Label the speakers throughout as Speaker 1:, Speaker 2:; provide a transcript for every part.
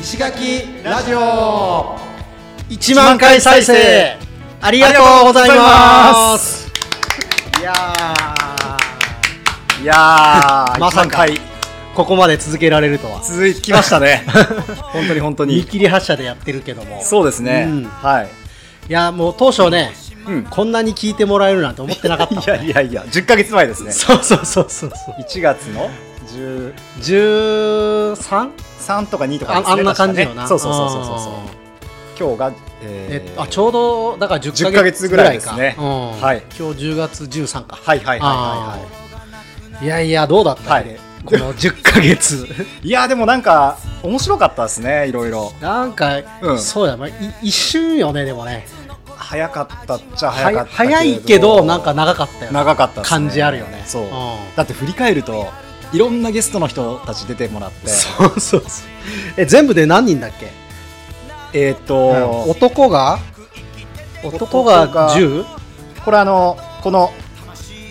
Speaker 1: 石垣ラジオ
Speaker 2: 1万回再生ありがとうございます
Speaker 1: いや
Speaker 2: いやー
Speaker 1: まさ
Speaker 2: 1万
Speaker 1: か
Speaker 2: 回
Speaker 1: ここまで続けられるとは
Speaker 2: 続きました ね本当に本当
Speaker 1: 見
Speaker 2: に
Speaker 1: 切り発車でやってるけども
Speaker 2: そうですね、
Speaker 1: うん
Speaker 2: はい
Speaker 1: いやもう当初ね、
Speaker 2: うん
Speaker 1: こんなに聞いてもらえるなんて思ってなかったも ん
Speaker 2: いやいやいや10ヶ月前ですね
Speaker 1: そうそうそうそうそう
Speaker 2: 1月の
Speaker 1: 13?
Speaker 2: 13とか2とか
Speaker 1: あ
Speaker 2: ですね
Speaker 1: あんな感じよ
Speaker 2: 確かね
Speaker 1: な、
Speaker 2: そうそうそうそうそうそう今日が、
Speaker 1: え
Speaker 2: えー
Speaker 1: あちょうどだから10
Speaker 2: 10
Speaker 1: ヶ
Speaker 2: ヶ月
Speaker 1: 月ぐ
Speaker 2: ぐ
Speaker 1: ら
Speaker 2: ら
Speaker 1: い
Speaker 2: い
Speaker 1: か
Speaker 2: ですね
Speaker 1: うん
Speaker 2: はい
Speaker 1: 今日10月13か
Speaker 2: はいはいはいはいはい
Speaker 1: いやいやどうだった、
Speaker 2: はい
Speaker 1: この10 ヶ月
Speaker 2: いやでもなんか面白かったですねいろいろ
Speaker 1: なんか、
Speaker 2: うん
Speaker 1: そうや、まあ、い一瞬よねでもね
Speaker 2: 早かったっちゃ
Speaker 1: は
Speaker 2: 早か
Speaker 1: や
Speaker 2: った
Speaker 1: 早いけどなんか長かったよね
Speaker 2: 長かったっすね
Speaker 1: 感じあるよね
Speaker 2: そう、
Speaker 1: ん
Speaker 2: だって振り返るといろんなゲストの人たち出てもらって
Speaker 1: そうそうそうえ全部で何人だっけ、
Speaker 2: えーっと、
Speaker 1: 男が男が 10?
Speaker 2: これあのこの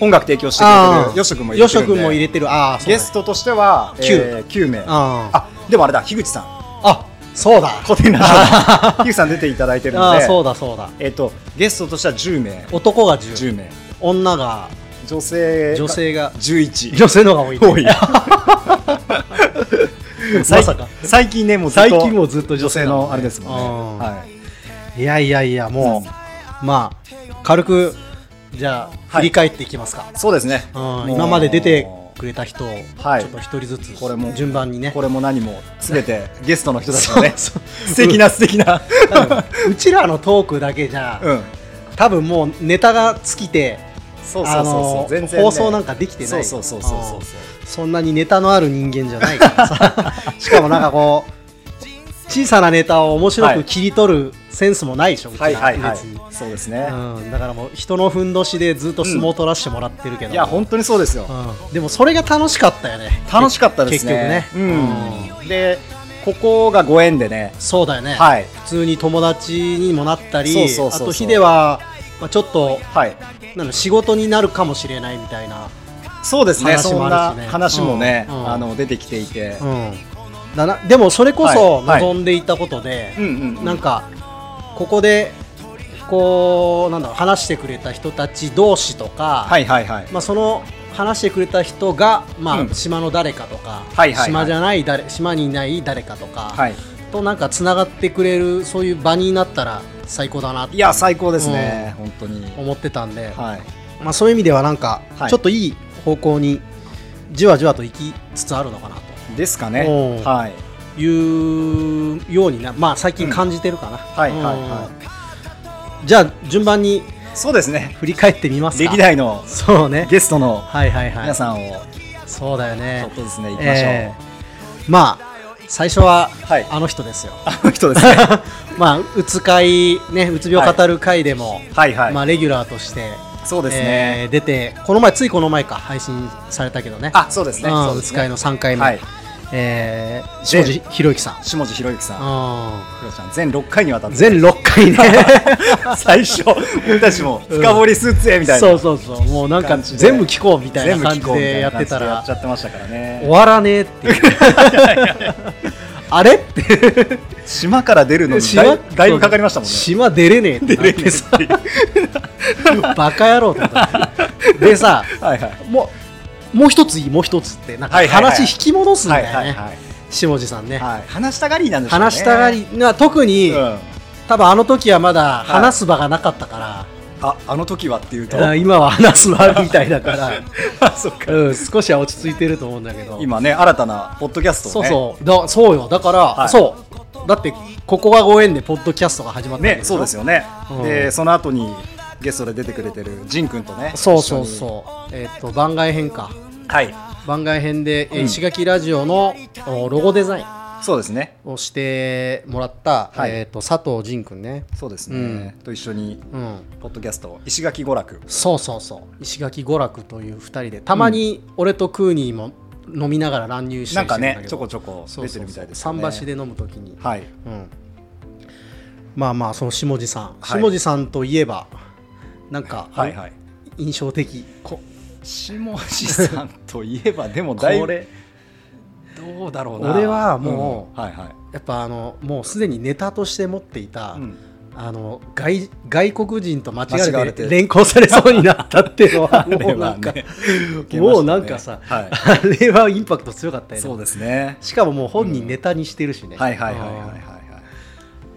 Speaker 2: 音楽提供してくれて
Speaker 1: あ
Speaker 2: る
Speaker 1: ー
Speaker 2: よしょくんも入
Speaker 1: よ
Speaker 2: れ
Speaker 1: しょ
Speaker 2: て
Speaker 1: く
Speaker 2: るん
Speaker 1: ん
Speaker 2: で
Speaker 1: も入れてるああそうだ
Speaker 2: ゲストとしては、
Speaker 1: 九
Speaker 2: えー、9名あ
Speaker 1: ああ
Speaker 2: でもあれだ樋口さん
Speaker 1: あそうだ
Speaker 2: 古 典ラジオの樋口さん出ていただいてるの
Speaker 1: あ
Speaker 2: で
Speaker 1: あそうだそうだ
Speaker 2: えーっとゲストとしては10名
Speaker 1: 男が10
Speaker 2: 10名
Speaker 1: 女が
Speaker 2: 女性が
Speaker 1: 女性 が
Speaker 2: 11
Speaker 1: 女性の方が多いね、
Speaker 2: 多い
Speaker 1: まさか
Speaker 2: 最近ねもうずっ
Speaker 1: 最
Speaker 2: と
Speaker 1: 近もずっと
Speaker 2: 女
Speaker 1: 女性
Speaker 2: 性
Speaker 1: な
Speaker 2: の
Speaker 1: の
Speaker 2: あれですもんね、
Speaker 1: うん
Speaker 2: はい
Speaker 1: いやいやいやもう、まあ軽くじゃあ振り返っていきますか、
Speaker 2: そうですね。
Speaker 1: うん、
Speaker 2: もう
Speaker 1: 今まで出てくれた人をちょ
Speaker 2: はい
Speaker 1: っと一人ずつ
Speaker 2: これも
Speaker 1: 順番にね
Speaker 2: これも何もすべてゲストの人たちのね、
Speaker 1: そうそう
Speaker 2: 素敵な素敵な、
Speaker 1: 多 分うちらのトークだけじゃ、
Speaker 2: うん、
Speaker 1: 多分もうネタが尽きて
Speaker 2: そうそうそうそう、
Speaker 1: あの
Speaker 2: 全然ね
Speaker 1: 放送なんかできてない
Speaker 2: そうそうそうそうそうそ
Speaker 1: うんそんなにネタのある人間じゃないか らさしかもなんかこう小さなネタを面白く切り取るセンスもないでしょ、う
Speaker 2: う、
Speaker 1: ち
Speaker 2: はいはい
Speaker 1: ら
Speaker 2: はい
Speaker 1: 別に、
Speaker 2: そうですね。
Speaker 1: うん、だからもう人のふんどしでずっと相撲取らせてもらってるけど、
Speaker 2: いや本当にそうですよ。
Speaker 1: うんでもそれが楽しかったよね
Speaker 2: 楽しかったですね。
Speaker 1: 結局ね、うん
Speaker 2: うん。でここがご縁でね、
Speaker 1: そうだよね、
Speaker 2: はい
Speaker 1: 普通に友達にもなったり
Speaker 2: そうそうそうそう
Speaker 1: あとヒデは、まあ、ちょっと
Speaker 2: はい、
Speaker 1: なの仕事になるかもしれないみたいな、
Speaker 2: そうですね。
Speaker 1: 話
Speaker 2: そ
Speaker 1: も
Speaker 2: んな
Speaker 1: あるしね
Speaker 2: 話もね、
Speaker 1: うんうん
Speaker 2: あの出てきていて、
Speaker 1: うん、だなでもそれこそ
Speaker 2: はいはい
Speaker 1: 望んでいたことで、
Speaker 2: うんうんうん
Speaker 1: なんかここでこうなんだろう話してくれた人たち同士とか、
Speaker 2: はいはいはい、
Speaker 1: まあ、その話してくれた人が、ま
Speaker 2: う
Speaker 1: あ、
Speaker 2: ん
Speaker 1: 島の誰かとか、
Speaker 2: はいはいはい
Speaker 1: 島じゃない誰島にいない誰かとか、
Speaker 2: はい。
Speaker 1: となんかつながってくれるそういう場になったら最高だなって
Speaker 2: いや最高ですね、本当に。
Speaker 1: 思ってたんで、
Speaker 2: はい。
Speaker 1: まあ、そういう意味ではなんか、
Speaker 2: はい
Speaker 1: ちょっといい方向にじわじわと行きつつあるのかな
Speaker 2: ですかね
Speaker 1: おー。
Speaker 2: はい。
Speaker 1: というようにな、まあ、最近感じてるかな、、
Speaker 2: はいはいはい
Speaker 1: じゃあ順番に
Speaker 2: そうですね。
Speaker 1: 振り返ってみますか
Speaker 2: 歴代の
Speaker 1: そうね
Speaker 2: ゲストの
Speaker 1: はいはいはい
Speaker 2: 皆さんを
Speaker 1: そうだよね
Speaker 2: ちょっとずつね、行きましょう。
Speaker 1: えーまあ最初は、
Speaker 2: はい
Speaker 1: あの人ですよ
Speaker 2: あの人ですね。
Speaker 1: まあうつ会ねうつ病語る会でも、
Speaker 2: はいはい。
Speaker 1: まあレギュラーとして
Speaker 2: そうです
Speaker 1: え
Speaker 2: ね。
Speaker 1: ー出てこの前ついこの前か配信されたけどね
Speaker 2: あ、そうですね。
Speaker 1: うん
Speaker 2: そう
Speaker 1: う
Speaker 2: で
Speaker 1: つ
Speaker 2: す
Speaker 1: 会
Speaker 2: ね。
Speaker 1: の3回目、
Speaker 2: はい。
Speaker 1: えー、庄司博之さ
Speaker 2: 下地博之さん、
Speaker 1: ん、
Speaker 2: クロちゃん、全6回にわたっ
Speaker 1: うん、
Speaker 2: て。
Speaker 1: 全6回ね
Speaker 2: 最初、僕たちも深掘りスーツへみたいな。
Speaker 1: そうそうそうもうなんか
Speaker 2: 感じで
Speaker 1: 全部聞こうみたいな
Speaker 2: 全部
Speaker 1: 感
Speaker 2: 聞
Speaker 1: じ
Speaker 2: こうみた
Speaker 1: で
Speaker 2: い
Speaker 1: や
Speaker 2: な感
Speaker 1: って
Speaker 2: じ
Speaker 1: た
Speaker 2: でや
Speaker 1: ら
Speaker 2: っちゃってましたから
Speaker 1: 終
Speaker 2: ね。
Speaker 1: わらねえっていう あれって
Speaker 2: 島から出るのにだ
Speaker 1: 島
Speaker 2: いだいぶかかりましたもんね。
Speaker 1: 島出れねえってなってさバカ野郎と思ったでさ
Speaker 2: はいはい。
Speaker 1: もうもう一ついいもう一つってなんか
Speaker 2: はいはいはい
Speaker 1: 話引き戻すん
Speaker 2: は
Speaker 1: だ
Speaker 2: い
Speaker 1: よ
Speaker 2: はい
Speaker 1: ね
Speaker 2: はい。
Speaker 1: 下地さんね
Speaker 2: はい話したがりなんでしょうね。
Speaker 1: 話したがりな特に
Speaker 2: うん。
Speaker 1: 多分あの時はまだ話す場がなかったか
Speaker 2: あ、あの時はっていうと
Speaker 1: ら、。あ今は話す場あるみたいだから
Speaker 2: あ、 そっか。
Speaker 1: うん少しは落ち着いてると思うんだけど
Speaker 2: 今ね、新たなポッドキャスト
Speaker 1: そ
Speaker 2: を
Speaker 1: う
Speaker 2: ね。
Speaker 1: そうだそうよだから、
Speaker 2: はい
Speaker 1: そうだってここがご縁でポッドキャストが始まったん
Speaker 2: ね、そうですよね、
Speaker 1: うん
Speaker 2: でその後にゲストで出てくれてるジン君とね
Speaker 1: そうそう
Speaker 2: う
Speaker 1: そうえっ、と番外編か
Speaker 2: はい
Speaker 1: 番外編で、えー
Speaker 2: うん
Speaker 1: 石垣ラジオのおロゴデザイン
Speaker 2: そうですね
Speaker 1: をしてもらった、
Speaker 2: はい
Speaker 1: えっ、と佐藤仁くんね
Speaker 2: そうですね、と一緒に
Speaker 1: うん
Speaker 2: ポッドキャスト石垣娯楽
Speaker 1: そうそうそう石垣娯楽という2人でたまに俺とクーニーも飲みながら乱入して
Speaker 2: なんか
Speaker 1: して
Speaker 2: ねちょこちょこ
Speaker 1: そう
Speaker 2: 出
Speaker 1: そ
Speaker 2: て
Speaker 1: う
Speaker 2: るみ
Speaker 1: そ
Speaker 2: た
Speaker 1: う
Speaker 2: いですよね
Speaker 1: 桟橋で飲むときに、
Speaker 2: はい
Speaker 1: うん、まあまあその下地さん、
Speaker 2: はい
Speaker 1: 下地さんといえばなんか、
Speaker 2: はいはい
Speaker 1: 印象的こ
Speaker 2: 下地さんといえばでもだい
Speaker 1: こ
Speaker 2: ぶどうだろうな
Speaker 1: 俺はも
Speaker 2: う
Speaker 1: う
Speaker 2: んはいはい
Speaker 1: やっぱあのもうすでにネタとして持っていた、
Speaker 2: うん
Speaker 1: あの外外国人と間違
Speaker 2: 間違わ
Speaker 1: え
Speaker 2: れ
Speaker 1: て
Speaker 2: て
Speaker 1: 連行されそうになったっていうのは
Speaker 2: あ
Speaker 1: も
Speaker 2: れ
Speaker 1: うな
Speaker 2: は
Speaker 1: んか、
Speaker 2: ね
Speaker 1: もうなんかさ、
Speaker 2: はい
Speaker 1: あれはインパクト強かった よ
Speaker 2: そう
Speaker 1: ね
Speaker 2: ですね
Speaker 1: しかももう本人ネタにしてるしね、
Speaker 2: はいはいはいはいはい
Speaker 1: うん
Speaker 2: はい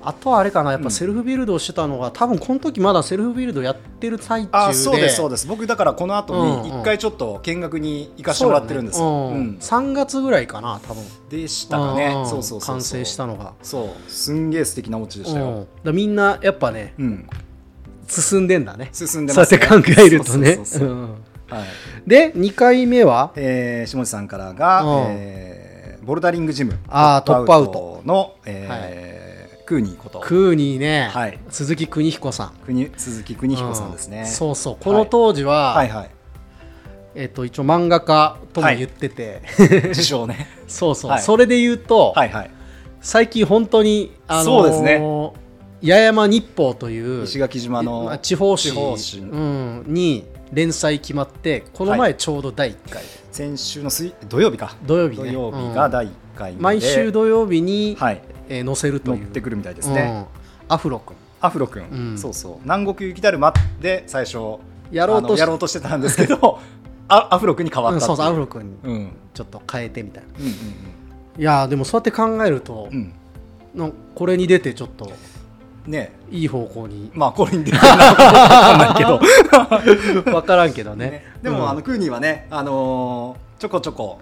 Speaker 1: あとはあれかなやっ
Speaker 2: う
Speaker 1: ぱ
Speaker 2: ん
Speaker 1: セルフビルドをしてたのが、多分この時まだセルフビルドやってる最中
Speaker 2: あ
Speaker 1: で
Speaker 2: そうですそう
Speaker 1: で
Speaker 2: です僕だからこの後に
Speaker 1: うんうん
Speaker 2: 一回ちょっと見学に行かしてもらってるんですようん
Speaker 1: 3月ぐらいかな多分
Speaker 2: でしたかね
Speaker 1: うん
Speaker 2: そうそうそうそう
Speaker 1: 完成したのが
Speaker 2: そうすんげえ素敵なオチでした
Speaker 1: うん
Speaker 2: よ
Speaker 1: だからみんなやっぱね
Speaker 2: うん
Speaker 1: 進んでんだね
Speaker 2: 進んで
Speaker 1: そ
Speaker 2: ま
Speaker 1: うやっ
Speaker 2: す
Speaker 1: て
Speaker 2: ね
Speaker 1: 考えるとね
Speaker 2: そうそうそうそう
Speaker 1: うん
Speaker 2: はい
Speaker 1: で2回目は
Speaker 2: えー下地さんからが
Speaker 1: うん
Speaker 2: えーボルダリングジム
Speaker 1: あー
Speaker 2: トのえークーニーこと
Speaker 1: クーニーね、
Speaker 2: はい
Speaker 1: 鈴木邦彦さん
Speaker 2: 国鈴木邦彦さんです
Speaker 1: う
Speaker 2: ね
Speaker 1: そうそうこの当時は、
Speaker 2: はい はい
Speaker 1: えっと一応漫画家とも言ってて、
Speaker 2: 自称ね
Speaker 1: そうそう、
Speaker 2: はい
Speaker 1: それで言うと、
Speaker 2: はいはい
Speaker 1: 最近本当にあのー
Speaker 2: そうですね
Speaker 1: 八重山日報という
Speaker 2: 石垣島の
Speaker 1: 地方
Speaker 2: 地
Speaker 1: 紙
Speaker 2: 方紙
Speaker 1: うん、に連載決まってこの
Speaker 2: は
Speaker 1: 前ちょうど第1回、
Speaker 2: 先週の水土曜日か
Speaker 1: 土曜日
Speaker 2: 土
Speaker 1: ね
Speaker 2: 曜日
Speaker 1: う
Speaker 2: が
Speaker 1: ん
Speaker 2: 第一回目で
Speaker 1: 毎週土曜日に、
Speaker 2: はい
Speaker 1: えー載せると
Speaker 2: 乗っ
Speaker 1: いう
Speaker 2: てくるみたいです
Speaker 1: う
Speaker 2: ね
Speaker 1: んアフロ君
Speaker 2: アフロ君、
Speaker 1: うん
Speaker 2: そうそう南国雪だるまで最初
Speaker 1: やろうと
Speaker 2: あの
Speaker 1: し
Speaker 2: やろうとしてたんですけど あアフロ君に変わっ
Speaker 1: うん
Speaker 2: た
Speaker 1: そうそうアフ
Speaker 2: ロ
Speaker 1: ロ君に
Speaker 2: うんうん
Speaker 1: ちょっと変えてみたいな、
Speaker 2: うん
Speaker 1: いやーでもそうやって考えると
Speaker 2: う、ん
Speaker 1: なんかこれに出てちょっと
Speaker 2: うんね
Speaker 1: いい方向に
Speaker 2: まあこれに出てるのか分かんないけ
Speaker 1: 分からんけど
Speaker 2: ど、
Speaker 1: ね
Speaker 2: ね、でも、
Speaker 1: うん
Speaker 2: あのクーニーはねあのーちょこちょこ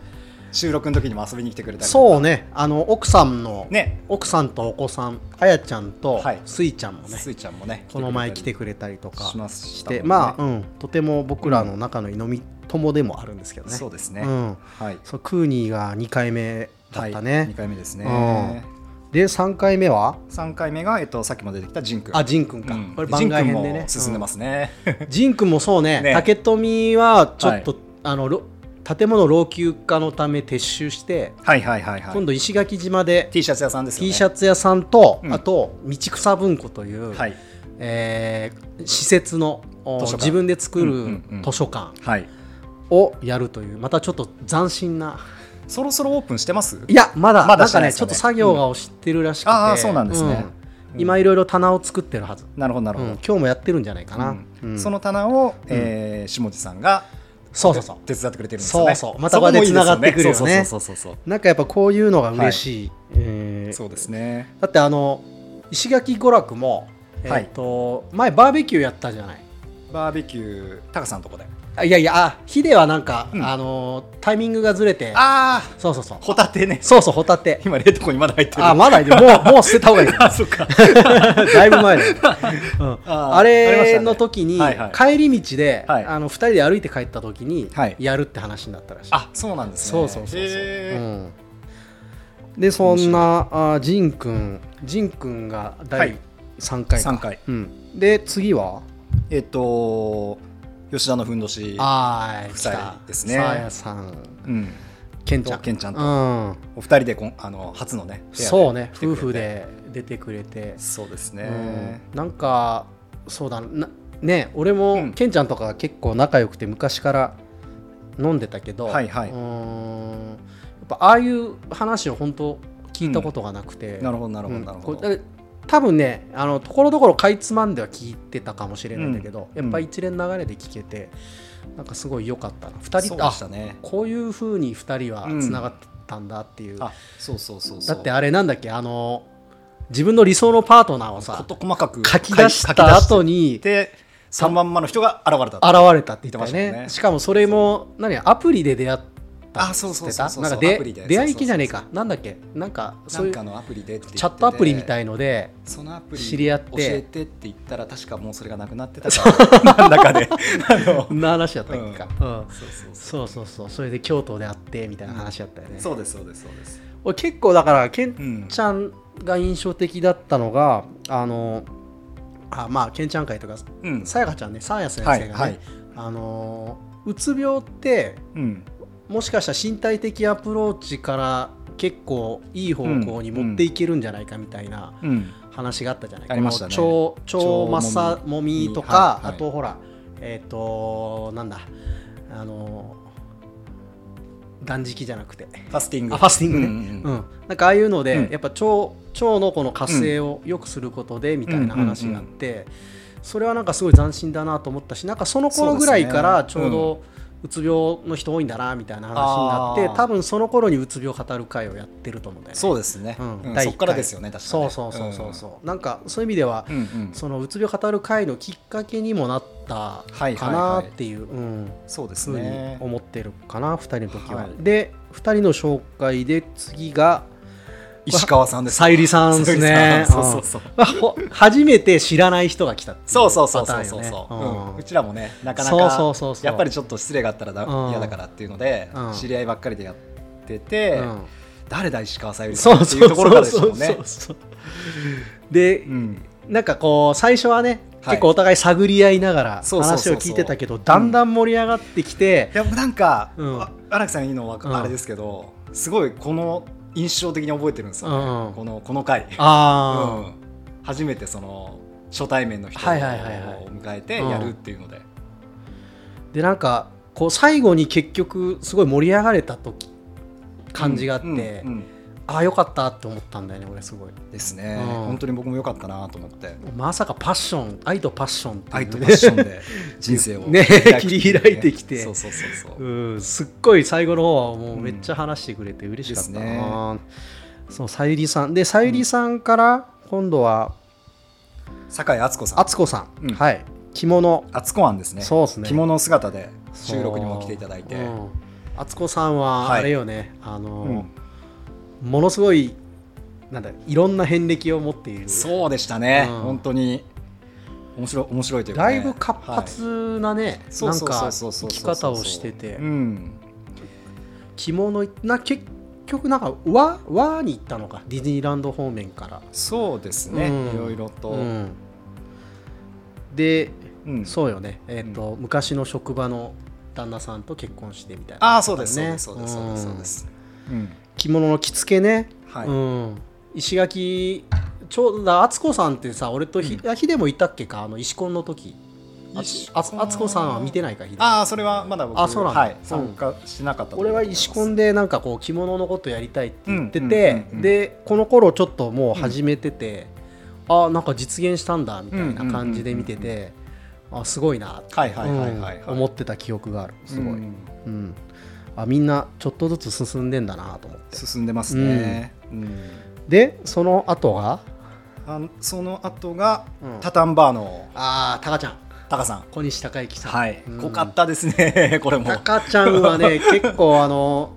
Speaker 2: 収録の時にも遊びに来てくれたりう
Speaker 1: そうねあの奥さんの、
Speaker 2: ね
Speaker 1: 奥さんとお子さんあやちゃんと
Speaker 2: はい
Speaker 1: すいちゃんもね、
Speaker 2: スイちゃんもね
Speaker 1: この前来て
Speaker 2: く
Speaker 1: くれたりと
Speaker 2: れたり
Speaker 1: か
Speaker 2: しまし
Speaker 1: した
Speaker 2: もん
Speaker 1: て
Speaker 2: ね
Speaker 1: まあ、うん、とても僕らの仲のいい飲み友でもあるんですけどね
Speaker 2: そうですね、
Speaker 1: うん、
Speaker 2: はい
Speaker 1: そうクーニーが2回目だったね、
Speaker 2: はい、2回目ですね、
Speaker 1: で3回目は
Speaker 2: 3回目が、えっと、さっきも出てきたジン君
Speaker 1: あジンくんか、
Speaker 2: うん
Speaker 1: これ番外編で
Speaker 2: ジン君
Speaker 1: ね
Speaker 2: も進んでますね、
Speaker 1: うんジンくんもそうね
Speaker 2: ね
Speaker 1: 竹富はちょっと、あのろ建物老朽化のため撤収して、
Speaker 2: はいはいはいはい
Speaker 1: 今度石垣島で
Speaker 2: T シャツ屋さんですよね
Speaker 1: T シャツ屋さんと、
Speaker 2: うん
Speaker 1: あと道草文庫という、
Speaker 2: はい
Speaker 1: えー施設のお
Speaker 2: 図書館
Speaker 1: 自分で作
Speaker 2: うん
Speaker 1: る
Speaker 2: うんうん
Speaker 1: 図書館
Speaker 2: はい
Speaker 1: をやるというまたちょっと斬新な
Speaker 2: そろそろオープンしてます
Speaker 1: いやまだ
Speaker 2: まだ
Speaker 1: なん
Speaker 2: し
Speaker 1: か
Speaker 2: てない
Speaker 1: ね
Speaker 2: です
Speaker 1: ち
Speaker 2: か
Speaker 1: ょっ
Speaker 2: ね
Speaker 1: と作業が押してるらしくて、
Speaker 2: うんあーそうなんですね
Speaker 1: うん今いろいろ棚を作ってるはず、
Speaker 2: なるほどなる
Speaker 1: う
Speaker 2: ほ
Speaker 1: ん
Speaker 2: ど、
Speaker 1: 今日もやってるんじゃないかな、
Speaker 2: うん
Speaker 1: うん
Speaker 2: その棚を、えー下地さんが
Speaker 1: そうそうそう
Speaker 2: 手伝ってくれてるんですよね
Speaker 1: そうそうまたこれで繋がってくるよね
Speaker 2: そこもいいですそうそうそうそう
Speaker 1: なんかやっぱこういうのが嬉しい、え
Speaker 2: そうそ
Speaker 1: ー
Speaker 2: うですね
Speaker 1: だってあの石垣娯楽も、え
Speaker 2: はい
Speaker 1: ーと前バーベキューやったじゃない
Speaker 2: バーベキュータカさんのとこで
Speaker 1: あいやいやあヒデはなんか、
Speaker 2: うん
Speaker 1: あのタイミングがずれて
Speaker 2: あ
Speaker 1: そうそうそう
Speaker 2: あホタテね
Speaker 1: そうそうホタテ
Speaker 2: 今冷凍庫にまだ入ってる
Speaker 1: あまだいるもうもう捨てた方がいい
Speaker 2: あそっ か
Speaker 1: だいぶ前だよ、うん
Speaker 2: あー
Speaker 1: あ
Speaker 2: ありまし
Speaker 1: れ
Speaker 2: たね
Speaker 1: の時に、
Speaker 2: はいは
Speaker 1: 帰り道で、
Speaker 2: はい
Speaker 1: あの2人で歩いて帰った時に、
Speaker 2: はい
Speaker 1: やるって話になったらしい
Speaker 2: あそうなんですね
Speaker 1: そうそうそうそう、
Speaker 2: へー
Speaker 1: うん、でそんなあージンくんジンくんが
Speaker 2: はい
Speaker 1: 第3回か、
Speaker 2: 三回
Speaker 1: うん、で次は
Speaker 2: えっと吉田のふんどし
Speaker 1: あー
Speaker 2: 夫妻ですね
Speaker 1: 来たさあやさん
Speaker 2: うん
Speaker 1: ケンちゃん
Speaker 2: とケンちゃんと
Speaker 1: うん、
Speaker 2: お二人でこんあの初のねペアで
Speaker 1: そうね
Speaker 2: 来てくれ
Speaker 1: 夫
Speaker 2: て
Speaker 1: 婦で出てくれて
Speaker 2: そうですね
Speaker 1: うんなんかそうだなね俺も、
Speaker 2: うん
Speaker 1: ケンちゃんとか結構仲良くて昔から飲んでたけど、
Speaker 2: はいはいう
Speaker 1: ーんやっぱああいう話を本当聞いたことがなくて、
Speaker 2: なるほどなるほ
Speaker 1: う
Speaker 2: ど
Speaker 1: ん
Speaker 2: なるほ
Speaker 1: こ
Speaker 2: ど
Speaker 1: れだから多分ねあのところどころかいつまんでは聞いてたかもしれないんだけど、
Speaker 2: うん
Speaker 1: やっぱ一連の流れで聞けてなんかすごい良かったな2
Speaker 2: そ
Speaker 1: 人
Speaker 2: う
Speaker 1: と
Speaker 2: でしたね
Speaker 1: あこういうふうに2人はつながってたんだっていう、
Speaker 2: あそうそうそうそ
Speaker 1: だ
Speaker 2: う
Speaker 1: ってあれなんだっけあの自分の理想のパートナーをさ
Speaker 2: 事細かく
Speaker 1: 書き出した後に現
Speaker 2: で3番目の人が現れたと
Speaker 1: れたって言ってましたよ
Speaker 2: 言ってましたもん
Speaker 1: ね
Speaker 2: ね
Speaker 1: しかもそれも何アプリで出会った
Speaker 2: あそうそう
Speaker 1: って言
Speaker 2: そう
Speaker 1: って
Speaker 2: そう
Speaker 1: たなんか
Speaker 2: アプリ
Speaker 1: で
Speaker 2: で
Speaker 1: 出会い系じゃねえ
Speaker 2: そ
Speaker 1: かなんだっけなんかそ
Speaker 2: ない
Speaker 1: ううんチ
Speaker 2: かのアプリでって言ってて
Speaker 1: ャットアプリみた
Speaker 2: い
Speaker 1: いので
Speaker 2: そのアプリ
Speaker 1: 知り合って
Speaker 2: 教えてって言ったら確かもうそれがなくなってたからなんだかであの
Speaker 1: そんな話やったっけかうん
Speaker 2: そうそうそう
Speaker 1: そうそうそうそれで京都で会ってみたいな話やったよね
Speaker 2: そうですそうですそうです
Speaker 1: 俺結構だからケン
Speaker 2: ん
Speaker 1: ちゃんが印象的だったのがあのあまあケンちゃん会とか
Speaker 2: うん
Speaker 1: さやかちゃんねさや先生が
Speaker 2: は
Speaker 1: ね、
Speaker 2: いはい
Speaker 1: あのうつ病って
Speaker 2: うん
Speaker 1: もしかしたら身体的アプローチから結構いい方向に持っていけるんじゃないかみたいな
Speaker 2: うん
Speaker 1: 話があったじゃない
Speaker 2: ありましたね
Speaker 1: この腸腸マッサ
Speaker 2: 腸
Speaker 1: もみとか、
Speaker 2: はいはい
Speaker 1: あとほらえっ、となんだあの断食じゃなくて
Speaker 2: ファスティング
Speaker 1: あファスティングね、
Speaker 2: う
Speaker 1: うんん
Speaker 2: うん
Speaker 1: なんかああいうので、
Speaker 2: うん
Speaker 1: やっぱ腸腸のこの活性を良くすることでみたいな話があって、それはなんかすごい斬新だなと思ったしなんかその頃ぐらいからち
Speaker 2: そう
Speaker 1: ょ
Speaker 2: ですね
Speaker 1: うどうつ病の人多いんだなみたいな話になって、
Speaker 2: あー
Speaker 1: 多分その頃にうつ病語る会をやってると思うんだよね。
Speaker 2: そうですね、
Speaker 1: うん
Speaker 2: うん
Speaker 1: 第
Speaker 2: そ
Speaker 1: 一回
Speaker 2: っからですよね確かに、
Speaker 1: そ
Speaker 2: ね、
Speaker 1: うそうそうそうそう、なんかそういう意味では、
Speaker 2: うん、うんうん
Speaker 1: そのうつ病語る会のきっかけにもなった
Speaker 2: はい
Speaker 1: か
Speaker 2: はい
Speaker 1: な
Speaker 2: はい
Speaker 1: っていう、うん
Speaker 2: そうで
Speaker 1: ふ
Speaker 2: す
Speaker 1: うに
Speaker 2: ね
Speaker 1: 思ってるかな、2人の時は。
Speaker 2: はい
Speaker 1: で、2人の紹介で次が、
Speaker 2: 石川さんです
Speaker 1: さゆりさんですね。
Speaker 2: さゆりさんそうそうそう
Speaker 1: うんほ初めて知らない人が来たってい
Speaker 2: そうそうそうそう
Speaker 1: パター
Speaker 2: そう
Speaker 1: ン
Speaker 2: そ
Speaker 1: よ
Speaker 2: う、
Speaker 1: ね
Speaker 2: うん
Speaker 1: ん
Speaker 2: うちらもねなかな
Speaker 1: そう
Speaker 2: か
Speaker 1: そうそうそう
Speaker 2: やっぱりちょっと失礼があったらだ
Speaker 1: うん
Speaker 2: 嫌だからっていうので、
Speaker 1: うん
Speaker 2: 知り合いばっかりでやってて、
Speaker 1: うん
Speaker 2: 誰だ石川さゆりさ
Speaker 1: そ
Speaker 2: んっ
Speaker 1: う
Speaker 2: てい
Speaker 1: そうう
Speaker 2: ところからでした
Speaker 1: そ
Speaker 2: も
Speaker 1: うんそ
Speaker 2: ね
Speaker 1: うそうで
Speaker 2: う、ん
Speaker 1: なんかこう最初はね、
Speaker 2: はい
Speaker 1: 結構お互い探り合いながら
Speaker 2: そうそうそうそう
Speaker 1: 話を聞いてたけどだんだん盛り上がってきて
Speaker 2: い、やなんか、
Speaker 1: うん
Speaker 2: あ荒木さんいいのは
Speaker 1: うん
Speaker 2: あれですけど、すごいこの印象的に覚えてるんですよ、ね
Speaker 1: うん
Speaker 2: このこの回、う
Speaker 1: あ
Speaker 2: ん初めてその初対面の人を
Speaker 1: はいはいはいはい
Speaker 2: 迎えてやるっていうので、
Speaker 1: ー、でなんかこう最後に結局すごい盛り上がれた時感じがあって、
Speaker 2: うんうん
Speaker 1: ああよかったって思ったんだよね俺すごい
Speaker 2: ですね、
Speaker 1: うん
Speaker 2: 本当に僕も良かったなと思って
Speaker 1: まさかパッション愛とパッションっていう
Speaker 2: 愛とパッション で人生を
Speaker 1: ね
Speaker 2: 開く
Speaker 1: 切り開いてきて
Speaker 2: そうそうそうそう、
Speaker 1: うん、すっごい最後の方はもうめっちゃ話してくれて嬉しかったな、
Speaker 2: ですね
Speaker 1: そうさゆりさんでさゆりさんから今度は
Speaker 2: 酒井敦子さん
Speaker 1: 敦子さ
Speaker 2: う
Speaker 1: ん、
Speaker 2: ん
Speaker 1: はい着物、
Speaker 2: 敦子庵ですね
Speaker 1: そうですね
Speaker 2: 着物姿で収録にも来ていただいて、
Speaker 1: そううん敦子さんは
Speaker 2: はい
Speaker 1: あれよね、あ
Speaker 2: う
Speaker 1: の
Speaker 2: ん
Speaker 1: ものすごいなんだいろんな遍歴を持っている
Speaker 2: そうでしたね、
Speaker 1: うん
Speaker 2: 本当に面白い面白いというか、
Speaker 1: だ
Speaker 2: ね、
Speaker 1: いぶ活
Speaker 2: はい
Speaker 1: 発なね、
Speaker 2: そう
Speaker 1: なん
Speaker 2: そう
Speaker 1: か
Speaker 2: そうそうそ
Speaker 1: 生
Speaker 2: う
Speaker 1: き方をしてて、
Speaker 2: うん、
Speaker 1: 着物な結局なんか和和に行ったのかディズニーランド方面から
Speaker 2: そうですね、
Speaker 1: うん
Speaker 2: いろいろと、
Speaker 1: うんで、
Speaker 2: うん
Speaker 1: そうよね、えーと昔の職場の旦那さんと結婚してみたいな、
Speaker 2: ああそうですそうですそうですそうですそ
Speaker 1: うん
Speaker 2: うです、うん
Speaker 1: 着物の着付けね、
Speaker 2: はい、
Speaker 1: うん、石垣ちょうど敦子さんってさ俺とひ、あヒデもいたっけかあの石コンの時あ
Speaker 2: 石
Speaker 1: あ敦子さんは見てないかヒデ
Speaker 2: ああそれはまだ僕
Speaker 1: あそうなんだ
Speaker 2: はい、参加しなかったと思
Speaker 1: 俺
Speaker 2: います
Speaker 1: は石コンでなんかこう着物のことやりたいって言って
Speaker 2: うん
Speaker 1: て
Speaker 2: うんうんうん
Speaker 1: でこの頃ちょっともう始めてて、あなんか実現したんだみたいな感じで見てて、あすごいなって、
Speaker 2: はいはいはいはいはい、
Speaker 1: うん思ってた記憶があるすごい、う
Speaker 2: うんん
Speaker 1: あみんなちょっとずつ進んでんだなと思って
Speaker 2: 進んでますね、うん
Speaker 1: でその後が
Speaker 2: あのその後が、
Speaker 1: うん
Speaker 2: タタンバーの
Speaker 1: ああタカちゃん
Speaker 2: タカさん
Speaker 1: 小西孝之さん
Speaker 2: はい、
Speaker 1: うん
Speaker 2: 濃かったです ねこれも
Speaker 1: タカちゃんはね 結構あの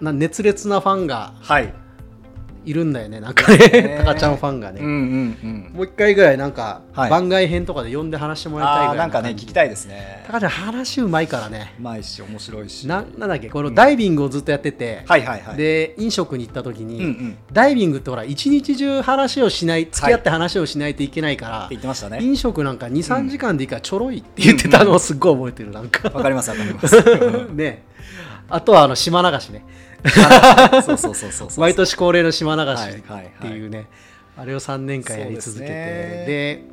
Speaker 1: な熱烈なファンが
Speaker 2: はい
Speaker 1: いるんだよねなんかね
Speaker 2: ね
Speaker 1: タカちゃんファンがね、
Speaker 2: うんうんうん
Speaker 1: もう一回ぐらいなんか
Speaker 2: はい
Speaker 1: 番外編とかで呼んで話してもらいたい
Speaker 2: あ
Speaker 1: ぐ
Speaker 2: ー
Speaker 1: ら
Speaker 2: ないんかね聞きたいですね
Speaker 1: 高ちゃん話うまいからね
Speaker 2: うまいし面白いし
Speaker 1: ななんだっけこのダイビングをずっとやってて、
Speaker 2: はいはいはい
Speaker 1: で飲食に行った時に、
Speaker 2: うんうんって
Speaker 1: ダイビングってほら一日中話をしない付き合って話をしないといけないから、
Speaker 2: 言ってましたね
Speaker 1: 飲食なんか23時間でいいからちょろいって言ってたのをすっごい覚えてるなんか
Speaker 2: わかりますわかり ますうん
Speaker 1: ねあとはあの島流しね
Speaker 2: そうそうそうそうそう
Speaker 1: 毎年恒例の島流しっ
Speaker 2: はいはいはい
Speaker 1: ていうね、あれを3年間やり
Speaker 2: そう
Speaker 1: 続けて
Speaker 2: ですね
Speaker 1: で,、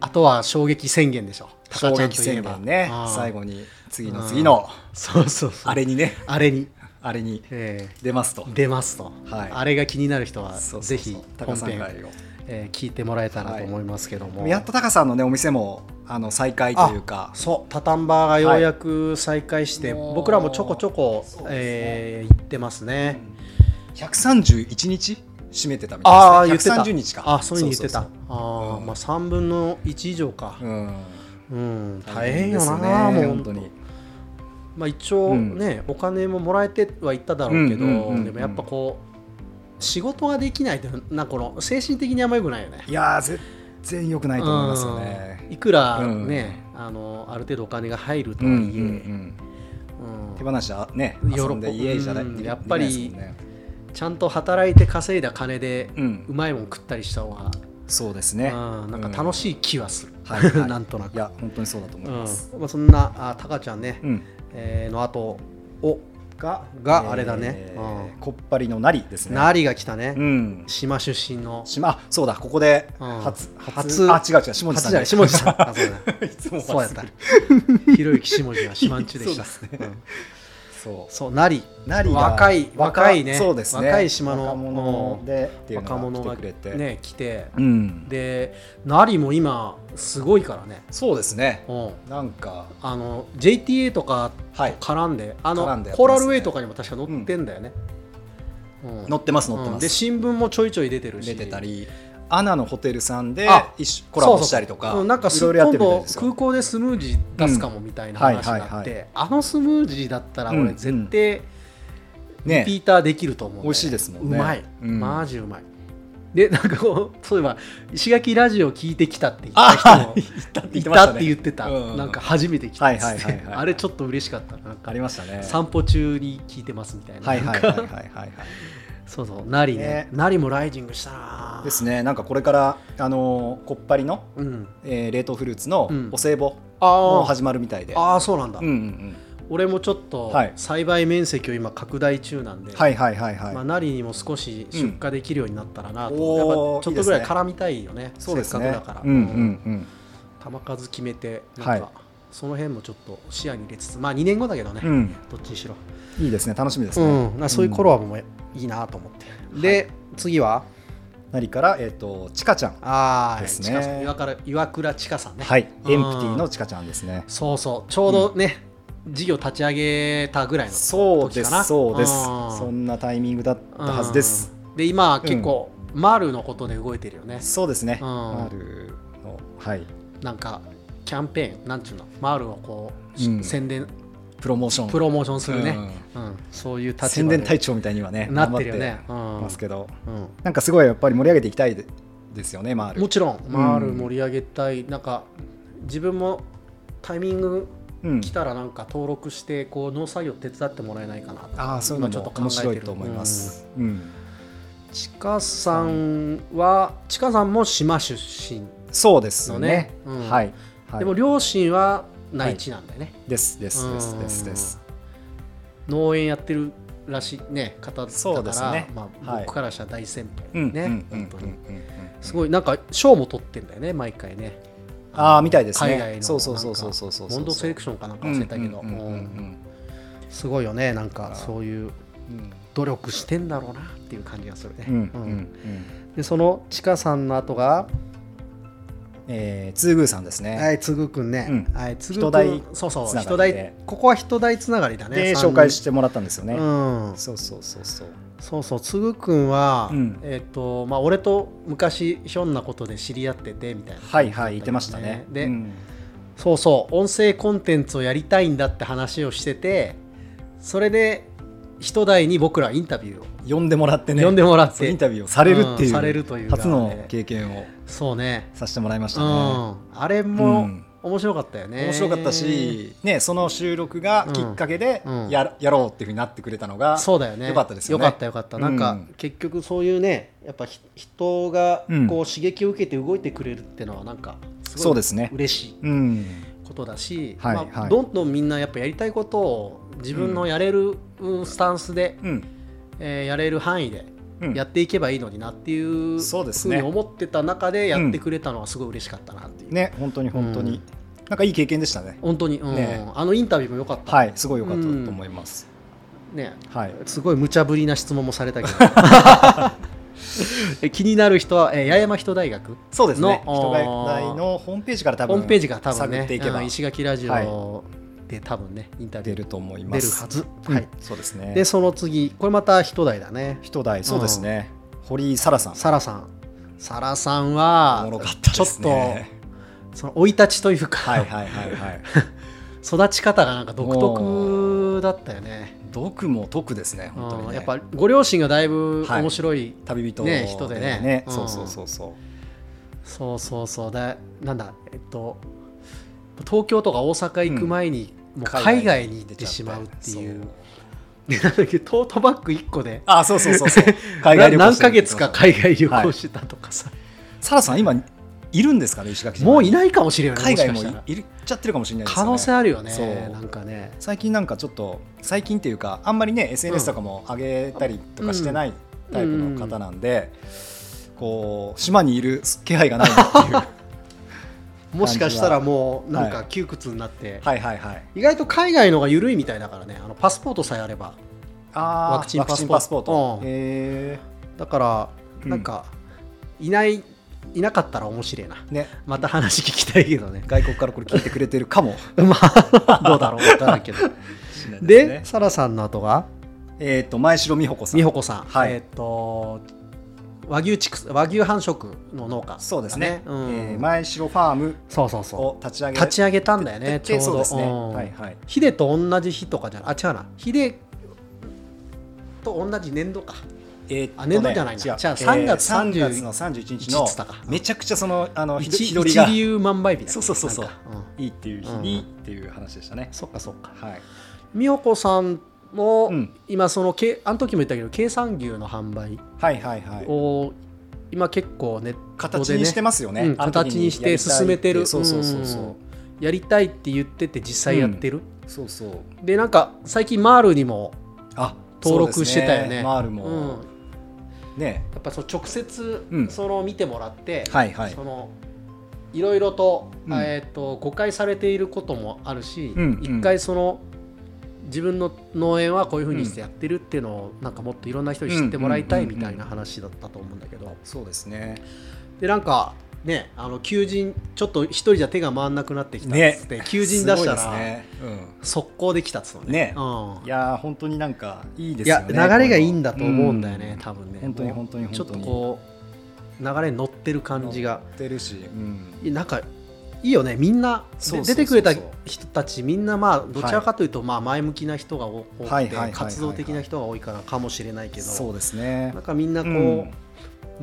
Speaker 1: あとは衝撃宣言でしょ
Speaker 2: 衝
Speaker 1: 高ちゃん
Speaker 2: 撃
Speaker 1: といえ
Speaker 2: 宣
Speaker 1: ば
Speaker 2: 言ね
Speaker 1: うん
Speaker 2: 最後に次の次の
Speaker 1: そうそうそう
Speaker 2: あれにね
Speaker 1: あれに、
Speaker 2: あれに
Speaker 1: え
Speaker 2: 出ますと
Speaker 1: ー出ますと、
Speaker 2: はい
Speaker 1: あれが気になる人は
Speaker 2: そうそうそう
Speaker 1: ぜひ
Speaker 2: タカ
Speaker 1: 本
Speaker 2: さん
Speaker 1: 編、
Speaker 2: 会を
Speaker 1: えー聞いてもらえたらと思いますけども、
Speaker 2: やっとタカさんのねお店もあの再開というか
Speaker 1: そうタタンバーがようやく再開して、
Speaker 2: はい
Speaker 1: 僕らもちょこちょこ、
Speaker 2: そうですね
Speaker 1: えー行ってますね、
Speaker 2: 131日閉めてたみ
Speaker 1: あ
Speaker 2: た
Speaker 1: あ
Speaker 2: いで
Speaker 1: 言って
Speaker 2: すね
Speaker 1: た
Speaker 2: 130日か
Speaker 1: あそういうふうに言ってた
Speaker 2: そうそう
Speaker 1: ああ、
Speaker 2: うん
Speaker 1: まあ3分の1以上か、
Speaker 2: そううん
Speaker 1: うん、大変よな、
Speaker 2: 大変です
Speaker 1: も
Speaker 2: ね
Speaker 1: う
Speaker 2: 本当に
Speaker 1: まあ、一応ね、お金ももらえてはいっただろうけど、
Speaker 2: うんうんうんうん
Speaker 1: でもやっぱこう仕事ができないってなんかこの精神的にあんまよくないよね。
Speaker 2: いやー絶全然良くないと思いますよね
Speaker 1: うんいくらね、あのある程度お金が入るとはいえ、
Speaker 2: うんうん
Speaker 1: うん
Speaker 2: 手放しはね
Speaker 1: 喜ぶ
Speaker 2: 遊んで家じゃない
Speaker 1: うん
Speaker 2: でき
Speaker 1: やっぱり
Speaker 2: できないですもんね
Speaker 1: ちゃんと働いて稼いだ金で、
Speaker 2: う
Speaker 1: うんまいもん食ったりした方が、
Speaker 2: そうですね
Speaker 1: うんなんか楽しい気はする、
Speaker 2: はいはい
Speaker 1: なんとなく。
Speaker 2: いや本当にそうだと思
Speaker 1: う
Speaker 2: い
Speaker 1: ん
Speaker 2: ます
Speaker 1: まあ、そんなあタカちゃんね、
Speaker 2: うん
Speaker 1: えーの後を
Speaker 2: が
Speaker 1: が
Speaker 2: えー
Speaker 1: あれだねうん
Speaker 2: こっぱりのなりですね
Speaker 1: ナリが来たね、
Speaker 2: うん
Speaker 1: 島出身の
Speaker 2: 島あそうだここで
Speaker 1: うん
Speaker 2: 初
Speaker 1: 初
Speaker 2: あ違う違う下地さ
Speaker 1: 初じゃない
Speaker 2: ん
Speaker 1: 下地さんあそうだ
Speaker 2: いつも
Speaker 1: そう
Speaker 2: 忘
Speaker 1: やっ
Speaker 2: れ
Speaker 1: た
Speaker 2: る。
Speaker 1: ひろゆき下地は島んちでした。
Speaker 2: そうですね
Speaker 1: うん
Speaker 2: そ
Speaker 1: そうなり
Speaker 2: うなりが
Speaker 1: 若い若いね
Speaker 2: そうですね
Speaker 1: 若い島の
Speaker 2: 若者でっていう
Speaker 1: 若
Speaker 2: のが
Speaker 1: 者
Speaker 2: 来
Speaker 1: が
Speaker 2: てくれて、
Speaker 1: ね来て
Speaker 2: うん、
Speaker 1: でなりも今すごいからね、
Speaker 2: そうですね
Speaker 1: うん、
Speaker 2: なんか
Speaker 1: あの JTA とか
Speaker 2: はい
Speaker 1: 絡んであの
Speaker 2: 絡んでやってますね
Speaker 1: コーラルウェイとかにも確か載ってんだよね、うん
Speaker 2: 乗ってます乗って
Speaker 1: うん
Speaker 2: ま、
Speaker 1: です新聞もちょいちょい出てるし
Speaker 2: 出てたりアナのホテルさんで
Speaker 1: あ
Speaker 2: 一緒コラボしたりとか
Speaker 1: そうそううんなんか
Speaker 2: い
Speaker 1: す
Speaker 2: ろいろやって
Speaker 1: 今
Speaker 2: るみたい
Speaker 1: 度
Speaker 2: です
Speaker 1: 空
Speaker 2: よ
Speaker 1: 港でスムージー出すかもみたいな話があって、
Speaker 2: うんはいはいは
Speaker 1: あのスムージーだったら
Speaker 2: う
Speaker 1: 俺
Speaker 2: ん
Speaker 1: 絶対リピ
Speaker 2: ね
Speaker 1: ーターできると思う、ね
Speaker 2: 美味しいですもんね
Speaker 1: うまい、
Speaker 2: うん
Speaker 1: マジうまいでなんかこうそういえば石垣ラジオ聞いてきたって言った人もいたって言ってた、
Speaker 2: うん
Speaker 1: なんか初めて来たっつって
Speaker 2: はいはいはいはい
Speaker 1: あれちょっと嬉しかったななんか
Speaker 2: ありましたね
Speaker 1: 散歩中に聞いてますみたいな、
Speaker 2: はいはいはいはいはいはい
Speaker 1: そうそうなりね
Speaker 2: ね
Speaker 1: なりもライジングしたな
Speaker 2: ですねなんかこれからあのーこっぱりの、
Speaker 1: うん
Speaker 2: えー冷凍フルーツの
Speaker 1: うん
Speaker 2: お歳暮も
Speaker 1: あ
Speaker 2: 始まるみたいで、
Speaker 1: あああそうなんだ、
Speaker 2: うんうんうん、
Speaker 1: 俺もちょっと
Speaker 2: はい
Speaker 1: 栽培面積を今拡大中なんで、
Speaker 2: はいはいはいはい、
Speaker 1: まあ、なりにも少し出荷できるようになったらなと、
Speaker 2: うん
Speaker 1: やっぱ
Speaker 2: おー
Speaker 1: ちょっとぐらい
Speaker 2: いいです
Speaker 1: 絡みたいよね
Speaker 2: そうです
Speaker 1: せっ
Speaker 2: ね
Speaker 1: かくだから、
Speaker 2: うんうん
Speaker 1: 球数決めてなんか、
Speaker 2: はい
Speaker 1: その辺もちょっと視野に入れつつまあ2年後だけどね、
Speaker 2: うん、うん、
Speaker 1: どっちにしろ、
Speaker 2: いいですね楽しみです
Speaker 1: う
Speaker 2: ね、
Speaker 1: ん、なんかそういう頃はもういいなと思って、で、次は
Speaker 2: なりからえっ、とちかちゃん
Speaker 1: ああ、
Speaker 2: ですね
Speaker 1: ちかさん岩倉岩倉千佳さんね、
Speaker 2: はいエンプ
Speaker 1: う
Speaker 2: テ
Speaker 1: ん
Speaker 2: ィのちかちゃんですね
Speaker 1: そうそうちょうどね、事業立ち上げたぐらいの
Speaker 2: そうで
Speaker 1: 時かな
Speaker 2: すそうです
Speaker 1: うん
Speaker 2: そんなタイミングだったはずです
Speaker 1: うんで今結構、マルのことで動いてるよね
Speaker 2: そうですね
Speaker 1: うん
Speaker 2: あるのはい
Speaker 1: なんかキャンペーンなんていうのマルをこう、
Speaker 2: うん
Speaker 1: 宣伝
Speaker 2: プロモーション
Speaker 1: プロモーションするね、うんそういう立場で
Speaker 2: 宣伝隊長みたいにはね
Speaker 1: なってるよね
Speaker 2: 頑張ってますけど
Speaker 1: うん
Speaker 2: なんかすごいやっぱり盛り上げていきたいでですよねマール
Speaker 1: もちろん
Speaker 2: ん
Speaker 1: マール盛り上げたい、なんか自分もタイミング
Speaker 2: うん
Speaker 1: 来たらなんか登録してこう農作業手伝ってもらえないかな
Speaker 2: ああそういう
Speaker 1: 今ちょ
Speaker 2: の
Speaker 1: っ
Speaker 2: も
Speaker 1: と考
Speaker 2: 面
Speaker 1: えてる
Speaker 2: 白いと思いますうん
Speaker 1: ちかさんはちかさんも島出身、
Speaker 2: そうです
Speaker 1: のね
Speaker 2: ね
Speaker 1: うん
Speaker 2: はいはい
Speaker 1: でも両親は内地なんだよね、
Speaker 2: ですですですですです
Speaker 1: 農園やってるらしいね方だ
Speaker 2: そ
Speaker 1: か
Speaker 2: うです
Speaker 1: ら、
Speaker 2: ね
Speaker 1: まあ、
Speaker 2: はい
Speaker 1: 僕からしたら大先
Speaker 2: う
Speaker 1: 輩
Speaker 2: ん
Speaker 1: ね、
Speaker 2: うんうん
Speaker 1: 本当に
Speaker 2: うんうんうん
Speaker 1: すごいなんか賞も取ってんだよね毎回ね
Speaker 2: ああみたいですね
Speaker 1: 海外の
Speaker 2: そうそうそうそうそうそう
Speaker 1: なんかモンドセレクションかなんか忘れたけど、
Speaker 2: うんうんうんうんうん
Speaker 1: うんすごいよねなんかそういう
Speaker 2: うん
Speaker 1: 努力してんだろうなっていう感じがするね、
Speaker 2: うんうん
Speaker 1: う
Speaker 2: うんん
Speaker 1: でそのちかさんの後が
Speaker 2: えー、ツーグーさんですね。
Speaker 1: はいつぐくんね、
Speaker 2: うん
Speaker 1: はいつぐ
Speaker 2: 人
Speaker 1: く
Speaker 2: 代
Speaker 1: んそうそう
Speaker 2: つな
Speaker 1: 人
Speaker 2: がりで
Speaker 1: 代ここは人代つながりだね
Speaker 2: で、
Speaker 1: 三人
Speaker 2: 紹介してもらったんですよね。
Speaker 1: うん
Speaker 2: そうそうそうそう。
Speaker 1: そうそうつぐくんは、
Speaker 2: うん
Speaker 1: えっ、とまあ俺と昔ひょんなことで知り合っててみたいな、
Speaker 2: はいはい、言ってましたね。
Speaker 1: で、
Speaker 2: うん
Speaker 1: そうそう音声コンテンツをやりたいんだって話をしててそれで人代に僕らインタビューを
Speaker 2: 呼んでもらってね、
Speaker 1: 呼んでもらっ
Speaker 2: そう
Speaker 1: て
Speaker 2: インタビューをされるって
Speaker 1: う
Speaker 2: い
Speaker 1: ん
Speaker 2: う、
Speaker 1: されるというか
Speaker 2: 初の経験を
Speaker 1: そうね
Speaker 2: させてもらいまし
Speaker 1: う
Speaker 2: たね。
Speaker 1: んあれ
Speaker 2: う
Speaker 1: も
Speaker 2: ん
Speaker 1: 面白かったよね
Speaker 2: 面白かったし、ね、その収録がきっかけで
Speaker 1: うんうん
Speaker 2: や,、やろうっていうふうになってくれたのが、
Speaker 1: そうだよね
Speaker 2: よかったですよね
Speaker 1: よかったよかったなんか
Speaker 2: うん
Speaker 1: 結局そういうねやっぱひ人が
Speaker 2: うん
Speaker 1: こう刺激を受けて動いてくれるってのはなんかす
Speaker 2: そ
Speaker 1: ご
Speaker 2: う
Speaker 1: い
Speaker 2: ですね。
Speaker 1: 嬉しい
Speaker 2: うん、
Speaker 1: ことだし、
Speaker 2: はい
Speaker 1: まあ
Speaker 2: はい
Speaker 1: どんどんみんなやっぱやりたいことを自分のやれるうんスタンスで、
Speaker 2: うん、
Speaker 1: えーやれる範囲で
Speaker 2: うん
Speaker 1: やっていけばいいのになっていう
Speaker 2: そうです
Speaker 1: ふう
Speaker 2: ね
Speaker 1: に思ってた中でやってくれたのはすごい嬉しかったなっていう、
Speaker 2: ね、本当に本当に、
Speaker 1: うん
Speaker 2: なんかいい経験でしたね。
Speaker 1: 本当に、うん
Speaker 2: ね
Speaker 1: あのインタビューも良かった、
Speaker 2: はい、すごい良かったと思います。
Speaker 1: ね
Speaker 2: はい、
Speaker 1: すごい無茶ぶりな質問もされた けどえ気になる人は、えー八重山人大学
Speaker 2: そうですね。
Speaker 1: の
Speaker 2: 人外大のホームページから多
Speaker 1: ホ
Speaker 2: 分
Speaker 1: ームページが多分
Speaker 2: 探
Speaker 1: ね
Speaker 2: っていけば
Speaker 1: うん
Speaker 2: 出
Speaker 1: 石垣ラジオで多分ねインタビュー
Speaker 2: ると思いま
Speaker 1: 出る
Speaker 2: す。
Speaker 1: はず、
Speaker 2: うん
Speaker 1: はい、
Speaker 2: そうですね。
Speaker 1: でその次これまた人大だね
Speaker 2: 人大そうですね。堀井沙羅さん。
Speaker 1: サラさんサラさんは
Speaker 2: おもろかったですね。
Speaker 1: ちょっとその生い立ちというか、
Speaker 2: はいはいはいはい。
Speaker 1: 育ち方がなんか独特だったよね
Speaker 2: 毒も毒ですね。本当に
Speaker 1: う
Speaker 2: ね。
Speaker 1: んやっぱご両親がだいぶ
Speaker 2: はい
Speaker 1: 面白い、
Speaker 2: 旅人
Speaker 1: ね人でねうん
Speaker 2: そうそうそうそう。
Speaker 1: そうそうそうだなんだえっと東京とか大阪行く前に、もう海外に行ってしまうっていう
Speaker 2: そう
Speaker 1: でなんだっけ トートバッグ1個で
Speaker 2: あ、そうそうそう そう。海外旅行
Speaker 1: な何
Speaker 2: して
Speaker 1: ヶ
Speaker 2: る
Speaker 1: 月か。海外旅行してたとかさ、
Speaker 2: 沙羅さん今いるんですかね石垣島に。
Speaker 1: もういないかもしれない
Speaker 2: 海外
Speaker 1: も
Speaker 2: も
Speaker 1: し
Speaker 2: い
Speaker 1: かしたら
Speaker 2: いるっちゃってるかもしれないですよ
Speaker 1: 可
Speaker 2: ね。
Speaker 1: 能性あるよ
Speaker 2: そ
Speaker 1: ね
Speaker 2: う
Speaker 1: なんかね
Speaker 2: 最近なんかちょっと最近っていうかあんまりね SNS とかも上げたりとかしてないタイプの方 なんで、こう島にいる気配がないなっていう
Speaker 1: もしかしたらもうなんか窮屈になって、
Speaker 2: はいはいはい
Speaker 1: 意外と海外のが緩いみたいだからねあのパスポートさえあれば
Speaker 2: あー
Speaker 1: ワクチンパスポート
Speaker 2: ワクチント
Speaker 1: うん
Speaker 2: へ
Speaker 1: だから
Speaker 2: うん
Speaker 1: なんか、いないいなかったら面白いな
Speaker 2: ーね
Speaker 1: また話聞きたい けどね
Speaker 2: 外国からこれ聞いてくれてるかも
Speaker 1: まあどうだろう分からんけど
Speaker 2: しれない
Speaker 1: で、
Speaker 2: すね
Speaker 1: サラさんの後が
Speaker 2: えっと前城美穂子さん
Speaker 1: 美穂子さん、
Speaker 2: はい
Speaker 1: えーっ、と和牛畜和牛繁殖の農家
Speaker 2: そうですね、
Speaker 1: うん
Speaker 2: えー前城ファーム
Speaker 1: そうそうそ
Speaker 2: を立ち上
Speaker 1: う
Speaker 2: げ
Speaker 1: 立ち上げたんだよ
Speaker 2: て
Speaker 1: ねちょうど
Speaker 2: そうですね、
Speaker 1: ん
Speaker 2: はいはい
Speaker 1: ヒデと同じ日とかじゃないあ違うなヒデと同じ年度か
Speaker 2: えーっと
Speaker 1: あ年度じゃないな
Speaker 2: 違う
Speaker 1: じゃあ
Speaker 2: えー
Speaker 1: 3月
Speaker 2: 3
Speaker 1: 30
Speaker 2: の31日
Speaker 1: い
Speaker 2: の
Speaker 1: つだか
Speaker 2: めちゃくちゃそのあのひど
Speaker 1: 一
Speaker 2: 日
Speaker 1: 一
Speaker 2: 取りがい
Speaker 1: 流万倍日だっけ
Speaker 2: そうそうそうそう
Speaker 1: なんかん
Speaker 2: いっていう日にっていう話でしたね、
Speaker 1: そっかそっか
Speaker 2: はい
Speaker 1: 美穂子さんも、
Speaker 2: うん
Speaker 1: 今そのけあの時も言ったけど経産牛の販売
Speaker 2: はいはいはい
Speaker 1: を、今結構ネットで、ね、
Speaker 2: 形にしてますよね
Speaker 1: うん
Speaker 2: あの時
Speaker 1: 形にして進めて
Speaker 2: や
Speaker 1: る
Speaker 2: りたいってそうそうそうそう、
Speaker 1: うんやりたいって言ってて実際やってる、
Speaker 2: そうそう
Speaker 1: でなんか最近マールにも、
Speaker 2: あ
Speaker 1: 登録してたよね
Speaker 2: そうですマールも、
Speaker 1: うん、
Speaker 2: ね
Speaker 1: やっぱその直接
Speaker 2: うん
Speaker 1: その見てもらって、
Speaker 2: はいはい
Speaker 1: そのいろいろと,、
Speaker 2: うん
Speaker 1: えー、と誤解されていることもあるし、
Speaker 2: うんうん
Speaker 1: 一回その自分の農園はこういうふうにしてやってるっていうのをなんかもっといろんな人に知ってもらいたいみたいな話だったと思うんだけど
Speaker 2: そうですね
Speaker 1: でなんかねあの求人ちょっと一人じゃ手が回んなくなってきたっ
Speaker 2: ね
Speaker 1: つって、求人出し た
Speaker 2: す
Speaker 1: ら、
Speaker 2: ごいですね、
Speaker 1: 速攻できたっつうの
Speaker 2: ね
Speaker 1: ね。う
Speaker 2: うんん、いやー本当になんかいいで
Speaker 1: い
Speaker 2: すよ
Speaker 1: や
Speaker 2: ね
Speaker 1: 流れがいいんだと思うんだよね、
Speaker 2: こ
Speaker 1: 多分ね
Speaker 2: 本当に本当に
Speaker 1: もうちょっと
Speaker 2: 本当に
Speaker 1: こう流れに乗ってる感じが
Speaker 2: のやってるし、うん
Speaker 1: いやなんかいいよねみんなで
Speaker 2: そうそうそうそう
Speaker 1: 出てくれた人たちみんなまあどちらかというとまあ前向きな人が多くて、
Speaker 2: はいはいはいはい
Speaker 1: 活動的な人が多いからかもしれないけ
Speaker 2: そ
Speaker 1: ど
Speaker 2: うですね
Speaker 1: なんかみんなこう、
Speaker 2: うん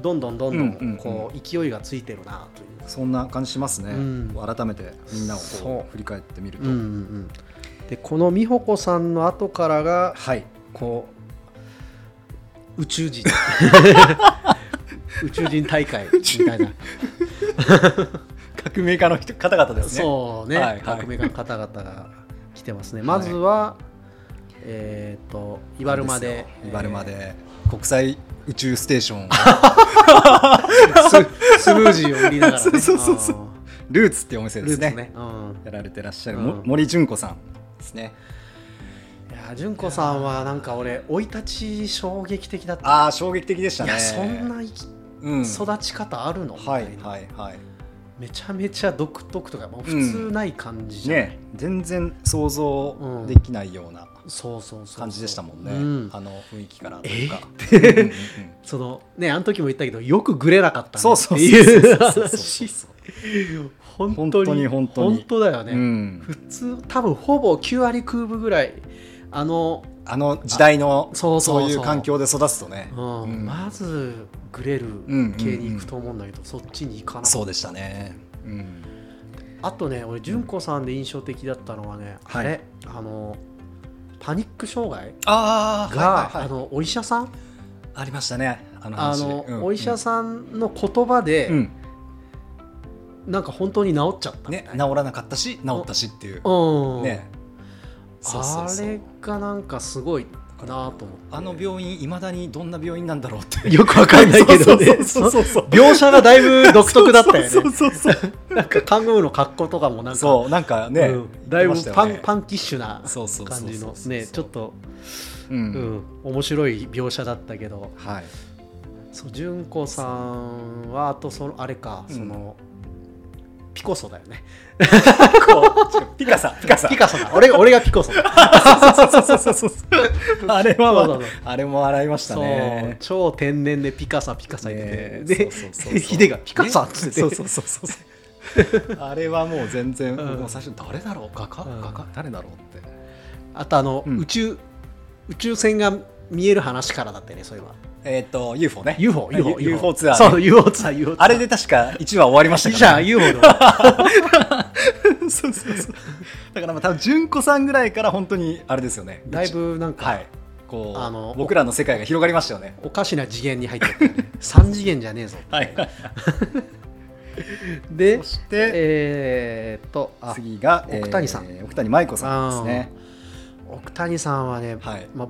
Speaker 1: どんどんど
Speaker 2: う
Speaker 1: んど
Speaker 2: んうんうん
Speaker 1: んこう勢いがついてるなという。
Speaker 2: そんな感じしますね、
Speaker 1: うん
Speaker 2: 改めてみんなを
Speaker 1: そ
Speaker 2: こ
Speaker 1: う
Speaker 2: う振り返ってみる
Speaker 1: う
Speaker 2: と、
Speaker 1: んうんうんでこの美穂子さんの後からが
Speaker 2: はい
Speaker 1: こう宇宙人 宇宙人大会みたいな、
Speaker 2: 革命家の人方々ですね
Speaker 1: そうね、
Speaker 2: はいはい
Speaker 1: 革命家の方々が来てますねまずは、えっ、とイバルマで
Speaker 2: イバルマで、
Speaker 1: え
Speaker 2: 国際宇宙ステーション
Speaker 1: ーススムージーを売りながら、ね、
Speaker 2: そうそうそうそう
Speaker 1: あ
Speaker 2: ルーツっていうお店
Speaker 1: ー
Speaker 2: で
Speaker 1: ルー
Speaker 2: す
Speaker 1: ツ
Speaker 2: ね
Speaker 1: ねうん
Speaker 2: やられてらっしゃる、
Speaker 1: うん
Speaker 2: 森純子さんですね
Speaker 1: いやー純子さんはなんか俺生い立ち衝撃的だった
Speaker 2: ああ衝撃的でした
Speaker 1: い
Speaker 2: ね
Speaker 1: やそんな生き
Speaker 2: うん
Speaker 1: 育ち方あるの、みた
Speaker 2: はいい
Speaker 1: な
Speaker 2: はいはい
Speaker 1: めちゃめちゃ独特とかもう普通ない感じじゃない、
Speaker 2: ね全然想像できないような
Speaker 1: そうそうそうそう
Speaker 2: 感じでしたもんね、
Speaker 1: うん
Speaker 2: あの雰囲気からというか、うんうんうん
Speaker 1: そのねあの時も言ったけどよくグレなかったね
Speaker 2: そうそう
Speaker 1: って
Speaker 2: そうそうそうそう
Speaker 1: いう話
Speaker 2: そう
Speaker 1: 本当に
Speaker 2: 本当に
Speaker 1: 本当だよね、
Speaker 2: うん
Speaker 1: 普通多分ほぼ9割9分ぐらいあの、
Speaker 2: あの時代の
Speaker 1: あそうそうそう
Speaker 2: いう環境で育つとね、
Speaker 1: うん
Speaker 2: うん
Speaker 1: まずグレる系に行くと思うんだけど、そっちに行かな
Speaker 2: そ
Speaker 1: いう
Speaker 2: でしたね、うん、
Speaker 1: あとね俺純子さんで印象的だったのはね、
Speaker 2: はい
Speaker 1: あれあのパニック障害
Speaker 2: ああ
Speaker 1: が、あのお医者さん
Speaker 2: ありましたねあの
Speaker 1: あ
Speaker 2: 話
Speaker 1: の、
Speaker 2: うん
Speaker 1: お医者さんの言葉で、
Speaker 2: うん
Speaker 1: なんか本当に治っちゃったみたい
Speaker 2: ね
Speaker 1: な、
Speaker 2: 治らなかったし治ったしっていう、
Speaker 1: うん、
Speaker 2: ねそうそうそう
Speaker 1: あれがなんかすごいなと思って
Speaker 2: あの病院いまだにどんな病院なんだろうって
Speaker 1: よくわかんないけどね
Speaker 2: そうそうそうそう
Speaker 1: 描写がだいぶ独特だ ったよね
Speaker 2: そうそうそうそう
Speaker 1: なんか看護婦の格好とかもなんか
Speaker 2: そうなんかね、
Speaker 1: うんだいぶパン、
Speaker 2: ン、
Speaker 1: パンキッシュな
Speaker 2: そうそうそうそう
Speaker 1: 感じのねちょっと、
Speaker 2: うん
Speaker 1: うん、面白い描写だったけど
Speaker 2: はい
Speaker 1: そう純子さんはあとそのあれか、
Speaker 2: うん
Speaker 1: そのピコソだよね
Speaker 2: こうピカサピカサ
Speaker 1: ピカソだ俺俺がピコソだ
Speaker 2: そうそうそうそうそうあれ
Speaker 1: そうそ
Speaker 2: は
Speaker 1: うそう
Speaker 2: あれも洗いました
Speaker 1: そう、
Speaker 2: ね
Speaker 1: 超天然でピカサピカサ言ってて、
Speaker 2: ね
Speaker 1: で
Speaker 2: そうそうそうそう
Speaker 1: ヒデがピカサっつって
Speaker 2: ねそうそうそうそうあれはもう全然、
Speaker 1: うん
Speaker 2: 僕も最初誰だろう画家
Speaker 1: うん
Speaker 2: 画家誰だろうって
Speaker 1: あとあの、
Speaker 2: うん
Speaker 1: 宇宙宇宙船が見える話からだったよねそういえば
Speaker 2: えっ、と UFO ね
Speaker 1: UFO
Speaker 2: あ U- UFO ツアーね
Speaker 1: そう UFO ツアー UFO ツアー
Speaker 2: あれで確か1話終わりました
Speaker 1: いいじゃ
Speaker 2: から、
Speaker 1: ん
Speaker 2: ね、
Speaker 1: UFO でも
Speaker 2: そうそうそうだからまあ多分純子さんぐらいから本当にあれですよね
Speaker 1: だいぶなんか、
Speaker 2: はいこう
Speaker 1: あの
Speaker 2: 僕らの世界が広がりましたよね
Speaker 1: おかしな次元に入ってる、ね、3次元じゃねえぞ
Speaker 2: はい
Speaker 1: で
Speaker 2: そして、
Speaker 1: えー、っとあ
Speaker 2: 次が
Speaker 1: 奥谷さん
Speaker 2: えー奥谷舞子さんですね
Speaker 1: 奥谷さんはね、
Speaker 2: はい
Speaker 1: まあ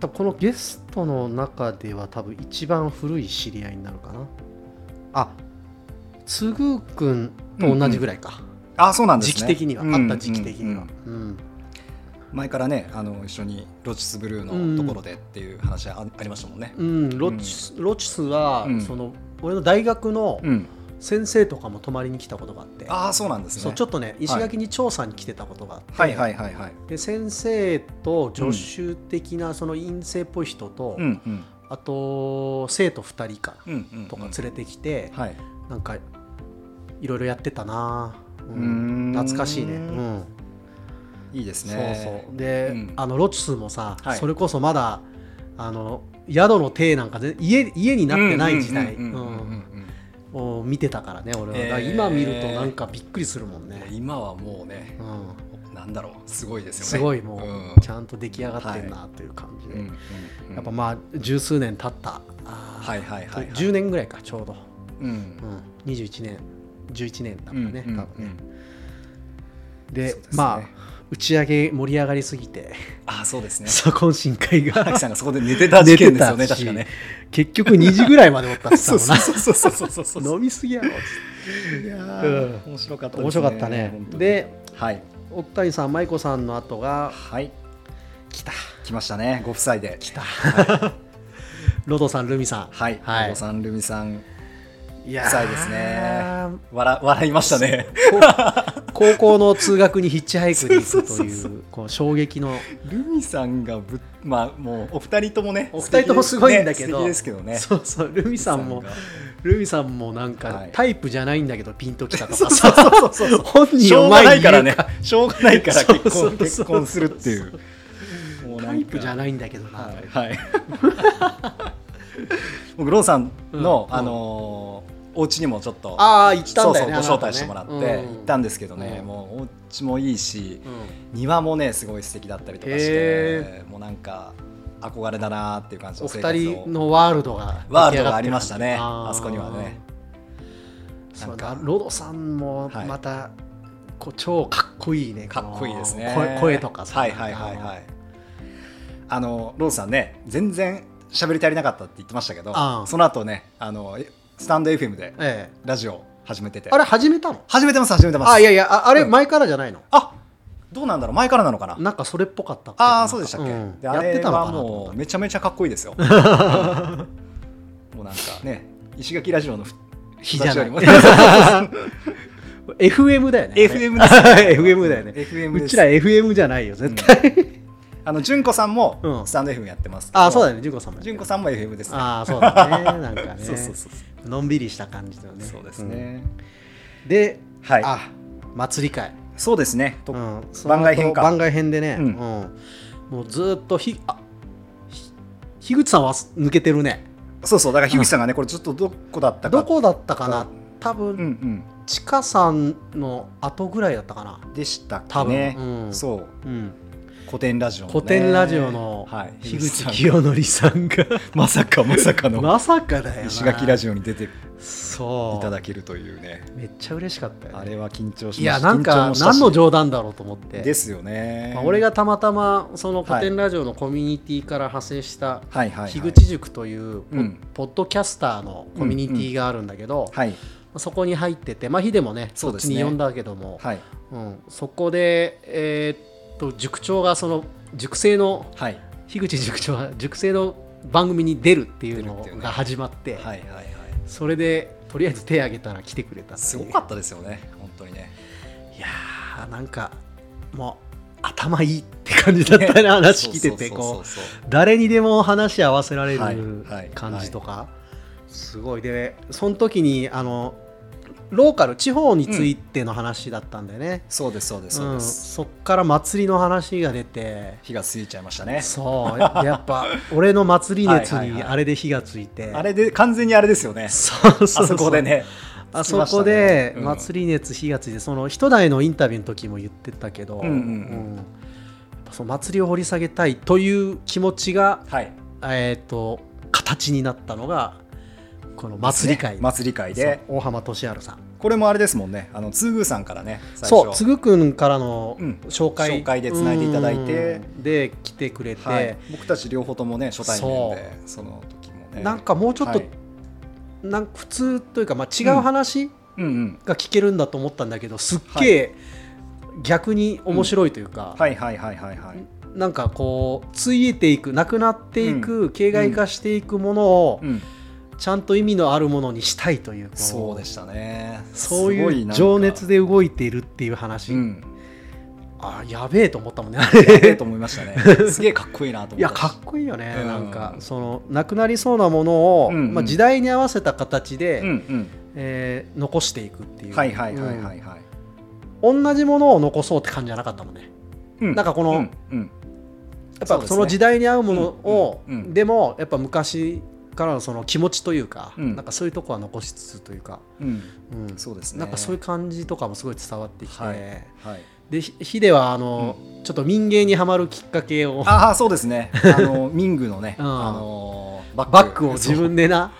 Speaker 1: 多分このゲストの中では多分一番古い知り合いになるかなあつぐーくんと同じぐらいか、
Speaker 2: あそうなんですね
Speaker 1: 時期的には、
Speaker 2: うん
Speaker 1: あった時期的には
Speaker 2: うんうん、
Speaker 1: うん
Speaker 2: 前からねあの一緒にロチスブルーのところでっていう話あありましたもんね
Speaker 1: うんロチスロチスは、
Speaker 2: うん
Speaker 1: その俺の大学の
Speaker 2: うん
Speaker 1: 先生とかも泊まりに来たことがあって、
Speaker 2: ああそうなんですね
Speaker 1: そうちょっとね石垣に調査に来てたことがあって、
Speaker 2: はいはいはいはい
Speaker 1: で先生と助手的なその陰性っぽい人と、
Speaker 2: うんうん
Speaker 1: あと生徒2人か
Speaker 2: うんうんうん
Speaker 1: とか連れてきて、
Speaker 2: はい
Speaker 1: なんかいろいろやってたな、う
Speaker 2: うーん
Speaker 1: ん、懐かしいね、うん
Speaker 2: いいです
Speaker 1: そう
Speaker 2: ね
Speaker 1: そうで、
Speaker 2: うん
Speaker 1: あのロチスもさ、
Speaker 2: はい
Speaker 1: それこそまだあの宿の体なんかで家家になってない時代
Speaker 2: うんうんうんうん
Speaker 1: うん
Speaker 2: うん
Speaker 1: を見てたからね俺は、
Speaker 2: えー
Speaker 1: だから今見るとなんかびっくりするもん
Speaker 2: うん
Speaker 1: ね、
Speaker 2: 今はもうね
Speaker 1: うん、
Speaker 2: なんだろうすごいですよね
Speaker 1: すごいもう、
Speaker 2: ん
Speaker 1: ちゃんと出来上がってんなという感じで、
Speaker 2: うんうんうん
Speaker 1: やっぱまあ十数年経ったあー
Speaker 2: はいはいはいはい
Speaker 1: 10年ぐらいかちょうど、
Speaker 2: うん
Speaker 1: うん、21年11年だからね、
Speaker 2: うんうんうん
Speaker 1: 多分ねで
Speaker 2: そうですね
Speaker 1: まあ打ち上げ盛り上がりすぎて、
Speaker 2: あそうですね
Speaker 1: 左近新会が
Speaker 2: 荒木さんがそこで寝てた事件ですよね確かね
Speaker 1: 結局2時ぐらいまでおったっつ
Speaker 2: そ
Speaker 1: っ
Speaker 2: う
Speaker 1: た
Speaker 2: そう
Speaker 1: も
Speaker 2: んそうそうそうそうそう
Speaker 1: な 飲みすぎやろっつっ
Speaker 2: いやー面白かった
Speaker 1: て
Speaker 2: ですね
Speaker 1: 面白かったね
Speaker 2: 本当に
Speaker 1: で
Speaker 2: はい
Speaker 1: 奥谷さん舞子さんの後が
Speaker 2: はい
Speaker 1: 来た
Speaker 2: 来ましたねご夫妻で
Speaker 1: 来たロドさんルミさん
Speaker 2: はい
Speaker 1: は
Speaker 2: お
Speaker 1: い
Speaker 2: 子さんルミさん
Speaker 1: いや
Speaker 2: 夫妻ですね笑笑いましたね
Speaker 1: 高校の通学にヒッチハイクに行く
Speaker 2: そ
Speaker 1: と
Speaker 2: うそう
Speaker 1: い
Speaker 2: そう
Speaker 1: こう衝撃の
Speaker 2: ルミさんがぶまあもうお二人ともね
Speaker 1: お二人ともすごいんだけ
Speaker 2: 素
Speaker 1: ど
Speaker 2: 敵ですけどね
Speaker 1: そうそうルミさんも
Speaker 2: ルミ
Speaker 1: ルミさんもなんか
Speaker 2: はい
Speaker 1: タイプじゃないんだけどピンときたと
Speaker 2: そ
Speaker 1: か
Speaker 2: うそう
Speaker 1: さ
Speaker 2: そうそうそう
Speaker 1: 本
Speaker 2: し
Speaker 1: 人
Speaker 2: ょ
Speaker 1: を
Speaker 2: うが
Speaker 1: 前
Speaker 2: な
Speaker 1: に
Speaker 2: いから
Speaker 1: 言う
Speaker 2: ね
Speaker 1: か
Speaker 2: しょうがないから結
Speaker 1: そうそうそ
Speaker 2: 婚
Speaker 1: う
Speaker 2: 結婚するっていうもうな
Speaker 1: タ
Speaker 2: ん
Speaker 1: イ
Speaker 2: か
Speaker 1: プじゃないんだけどな
Speaker 2: はいはい 僕ロンさんの、
Speaker 1: うん
Speaker 2: あのーお家にもちょっと
Speaker 1: ああ行った
Speaker 2: そ
Speaker 1: ん
Speaker 2: う
Speaker 1: だ
Speaker 2: そう
Speaker 1: よ
Speaker 2: ご
Speaker 1: ね
Speaker 2: 招待してもらって
Speaker 1: あなたねうん
Speaker 2: 行ったんですけどね、
Speaker 1: うん
Speaker 2: もうお家もいいし
Speaker 1: うん
Speaker 2: 庭もねすごい素敵だったりとかして
Speaker 1: へ
Speaker 2: もうなんか憧れだなっていう感じ
Speaker 1: お
Speaker 2: の生活
Speaker 1: 二
Speaker 2: を
Speaker 1: 人のワールドが
Speaker 2: ワールドがありましたね
Speaker 1: ー
Speaker 2: あそこにはね
Speaker 1: そう
Speaker 2: な
Speaker 1: だ
Speaker 2: んか
Speaker 1: ロドさんも
Speaker 2: はい
Speaker 1: またこう超かっこいいね
Speaker 2: かっこいいですね
Speaker 1: この声声とかさ
Speaker 2: はいはいはいはいあのローズさんね全然喋り足りなかったって言ってましたけど
Speaker 1: あー
Speaker 2: その後ねあのえスタンド FM で
Speaker 1: ええ
Speaker 2: ラジオ始めてて
Speaker 1: あれ始めたの
Speaker 2: 始めてます始めてます
Speaker 1: あいやいやああれ
Speaker 2: うん
Speaker 1: 前からじゃないの、
Speaker 2: あどうなんだろう前からなのかな
Speaker 1: なんかそれっぽかったっけ
Speaker 2: ああそうでしたっけ、
Speaker 1: うん
Speaker 2: で
Speaker 1: や
Speaker 2: あ
Speaker 1: って
Speaker 2: れ
Speaker 1: たの
Speaker 2: は
Speaker 1: かなと思
Speaker 2: も
Speaker 1: っ
Speaker 2: う
Speaker 1: た
Speaker 2: めちゃめちゃかっこいいです よもうなんかね石垣ラジオの日
Speaker 1: じゃない
Speaker 2: より も FM
Speaker 1: FM だよね
Speaker 2: ですよ
Speaker 1: FM だよね
Speaker 2: FM です
Speaker 1: うちら FM じゃないよ絶対、
Speaker 2: あの純子さん
Speaker 1: う
Speaker 2: も
Speaker 1: ん
Speaker 2: スタンド FM やってますけど
Speaker 1: ああそうだよね純子さんもやってる
Speaker 2: 純子さんも FM ですね
Speaker 1: ああそうだねなんか ね
Speaker 2: そうそうそう
Speaker 1: のんびりした感じだよね
Speaker 2: そうです、ね、
Speaker 1: うんで、
Speaker 2: はい
Speaker 1: あ祭り会
Speaker 2: そうですねと
Speaker 1: うん、その
Speaker 2: 番外編か
Speaker 1: 番外編でね、
Speaker 2: う
Speaker 1: うんんもうずっとひあひ樋口さんは抜けてるね
Speaker 2: そうそうだから樋口さんがねこれちょっとどこだったか
Speaker 1: どこだったかな多
Speaker 2: う
Speaker 1: 分
Speaker 2: ん
Speaker 1: ちかさんの後ぐらいだったかな
Speaker 2: うんでしたっけ
Speaker 1: 多分、
Speaker 2: ね
Speaker 1: うん
Speaker 2: そう
Speaker 1: うん、
Speaker 2: 古典ラジオのね
Speaker 1: 古典ラジオの
Speaker 2: はい
Speaker 1: 樋口
Speaker 2: さん
Speaker 1: 清則さんが
Speaker 2: まさかまさか の
Speaker 1: まさかだよな
Speaker 2: 石垣ラ
Speaker 1: ジ
Speaker 2: ジオに出てい
Speaker 1: オそ
Speaker 2: た
Speaker 1: う
Speaker 2: だけるというね
Speaker 1: めっちゃ嬉しかったよ、ね、
Speaker 2: あれは緊張し
Speaker 1: い
Speaker 2: ました
Speaker 1: やなんか何の冗談だろうと思って
Speaker 2: 談ですよね、
Speaker 1: まあ、俺がたまたまその古典ラジオのコミュニティから派生し
Speaker 2: は
Speaker 1: た
Speaker 2: いはい、はい、
Speaker 1: 樋口塾というポ,、
Speaker 2: うん
Speaker 1: ポッドキャスターのコミュニティがあるんだけど、ま
Speaker 2: はい
Speaker 1: あそこに入っててまあヒデもね
Speaker 2: そうで
Speaker 1: そっ
Speaker 2: す
Speaker 1: ち
Speaker 2: ね
Speaker 1: に呼んだけどもそ,、
Speaker 2: はい
Speaker 1: うん、そこでえーっと塾長がその塾生の
Speaker 2: はい
Speaker 1: 樋口塾長が塾生の番組に出るっていう
Speaker 2: 出るっ
Speaker 1: の
Speaker 2: ていうね
Speaker 1: が始まって
Speaker 2: はいはいはい
Speaker 1: それでとりあえず手挙げたら来てくれたっていう
Speaker 2: すごかったですよね本当にね
Speaker 1: いやーなんかもう頭いいって感じだったね話聞いてて
Speaker 2: そうそ
Speaker 1: こ
Speaker 2: うそうそう
Speaker 1: う誰にでも話合わせられ
Speaker 2: はい
Speaker 1: る
Speaker 2: はい
Speaker 1: 感じとかすごいでその時にあのローカル地方についての話だったんだよね、
Speaker 2: そうですそうです
Speaker 1: う
Speaker 2: そうで
Speaker 1: ん、
Speaker 2: す、
Speaker 1: そっから祭りの話が出て
Speaker 2: 火がついちゃいましたね
Speaker 1: そう ややっぱ俺の祭り熱
Speaker 2: はいはい
Speaker 1: に
Speaker 2: はい
Speaker 1: あれで火がついて、
Speaker 2: あれで完全にあれですよね
Speaker 1: そうそうそう
Speaker 2: あそこでね
Speaker 1: あそこで
Speaker 2: つきましたね
Speaker 1: 祭り熱火がついて、その一代のインタビューの時も言ってたけど、
Speaker 2: うんうんうん
Speaker 1: やっぱその祭りを掘り下げたいという気持ちが、
Speaker 2: うんはい
Speaker 1: えー、と形になったのがこの祭り会、
Speaker 2: ね祭り会
Speaker 1: そう
Speaker 2: で
Speaker 1: 大浜俊治さん
Speaker 2: これもあれですもんねあのつぐさんからね最初
Speaker 1: そうつぐくんからの
Speaker 2: うん
Speaker 1: 紹介,、
Speaker 2: 紹介で繋いでいただいて
Speaker 1: うんで来てくれて、
Speaker 2: はい、僕たち両方ともね初対面でその時もね
Speaker 1: なんかもうちょっと、
Speaker 2: はい
Speaker 1: なんか普通というか、まあ、違う話、
Speaker 2: ううんうん
Speaker 1: が聞けるんだと思ったんだけどすっげえ逆に面白いというか、
Speaker 2: はいはいはいはいはい
Speaker 1: なんかこうついていくなくなっていく、形骸化していくものを
Speaker 2: うん
Speaker 1: ちゃんと意味のあるものにしたいというこう
Speaker 2: そうでしたね
Speaker 1: そう
Speaker 2: すご
Speaker 1: い
Speaker 2: いうなんか
Speaker 1: 情熱で動いているっていう話、
Speaker 2: うん
Speaker 1: あやべえと思ったもんね
Speaker 2: ええと思いました ねすげえかっこいいなと思った
Speaker 1: いやかっこいいよね、
Speaker 2: うん
Speaker 1: なんかそのなくなりそうなものを、
Speaker 2: うんうん
Speaker 1: まあ、時代に合わせた形で、
Speaker 2: うんうん
Speaker 1: えー残していくっていう、
Speaker 2: はいはいはいはいはい、
Speaker 1: うん同じものを残そうって感じじゃなかったもんね
Speaker 2: うん
Speaker 1: なんかこの
Speaker 2: うんうん
Speaker 1: やっ
Speaker 2: そうです
Speaker 1: ぱ
Speaker 2: ね
Speaker 1: その時代に合うものを、
Speaker 2: うんうんうん
Speaker 1: でもやっぱ昔からのその気持ちというか、
Speaker 2: うん
Speaker 1: なんかそういうとこは残しつつというか、
Speaker 2: うん
Speaker 1: うん
Speaker 2: そうですね
Speaker 1: なんかそういう感じとかもすごい伝わってきて、
Speaker 2: はいはい
Speaker 1: でひヒデはあの、ちょっと民芸にはまるきっかけ を
Speaker 2: ああそうですねあ のミングのね、
Speaker 1: うん
Speaker 2: あのバ
Speaker 1: バッグを自分でな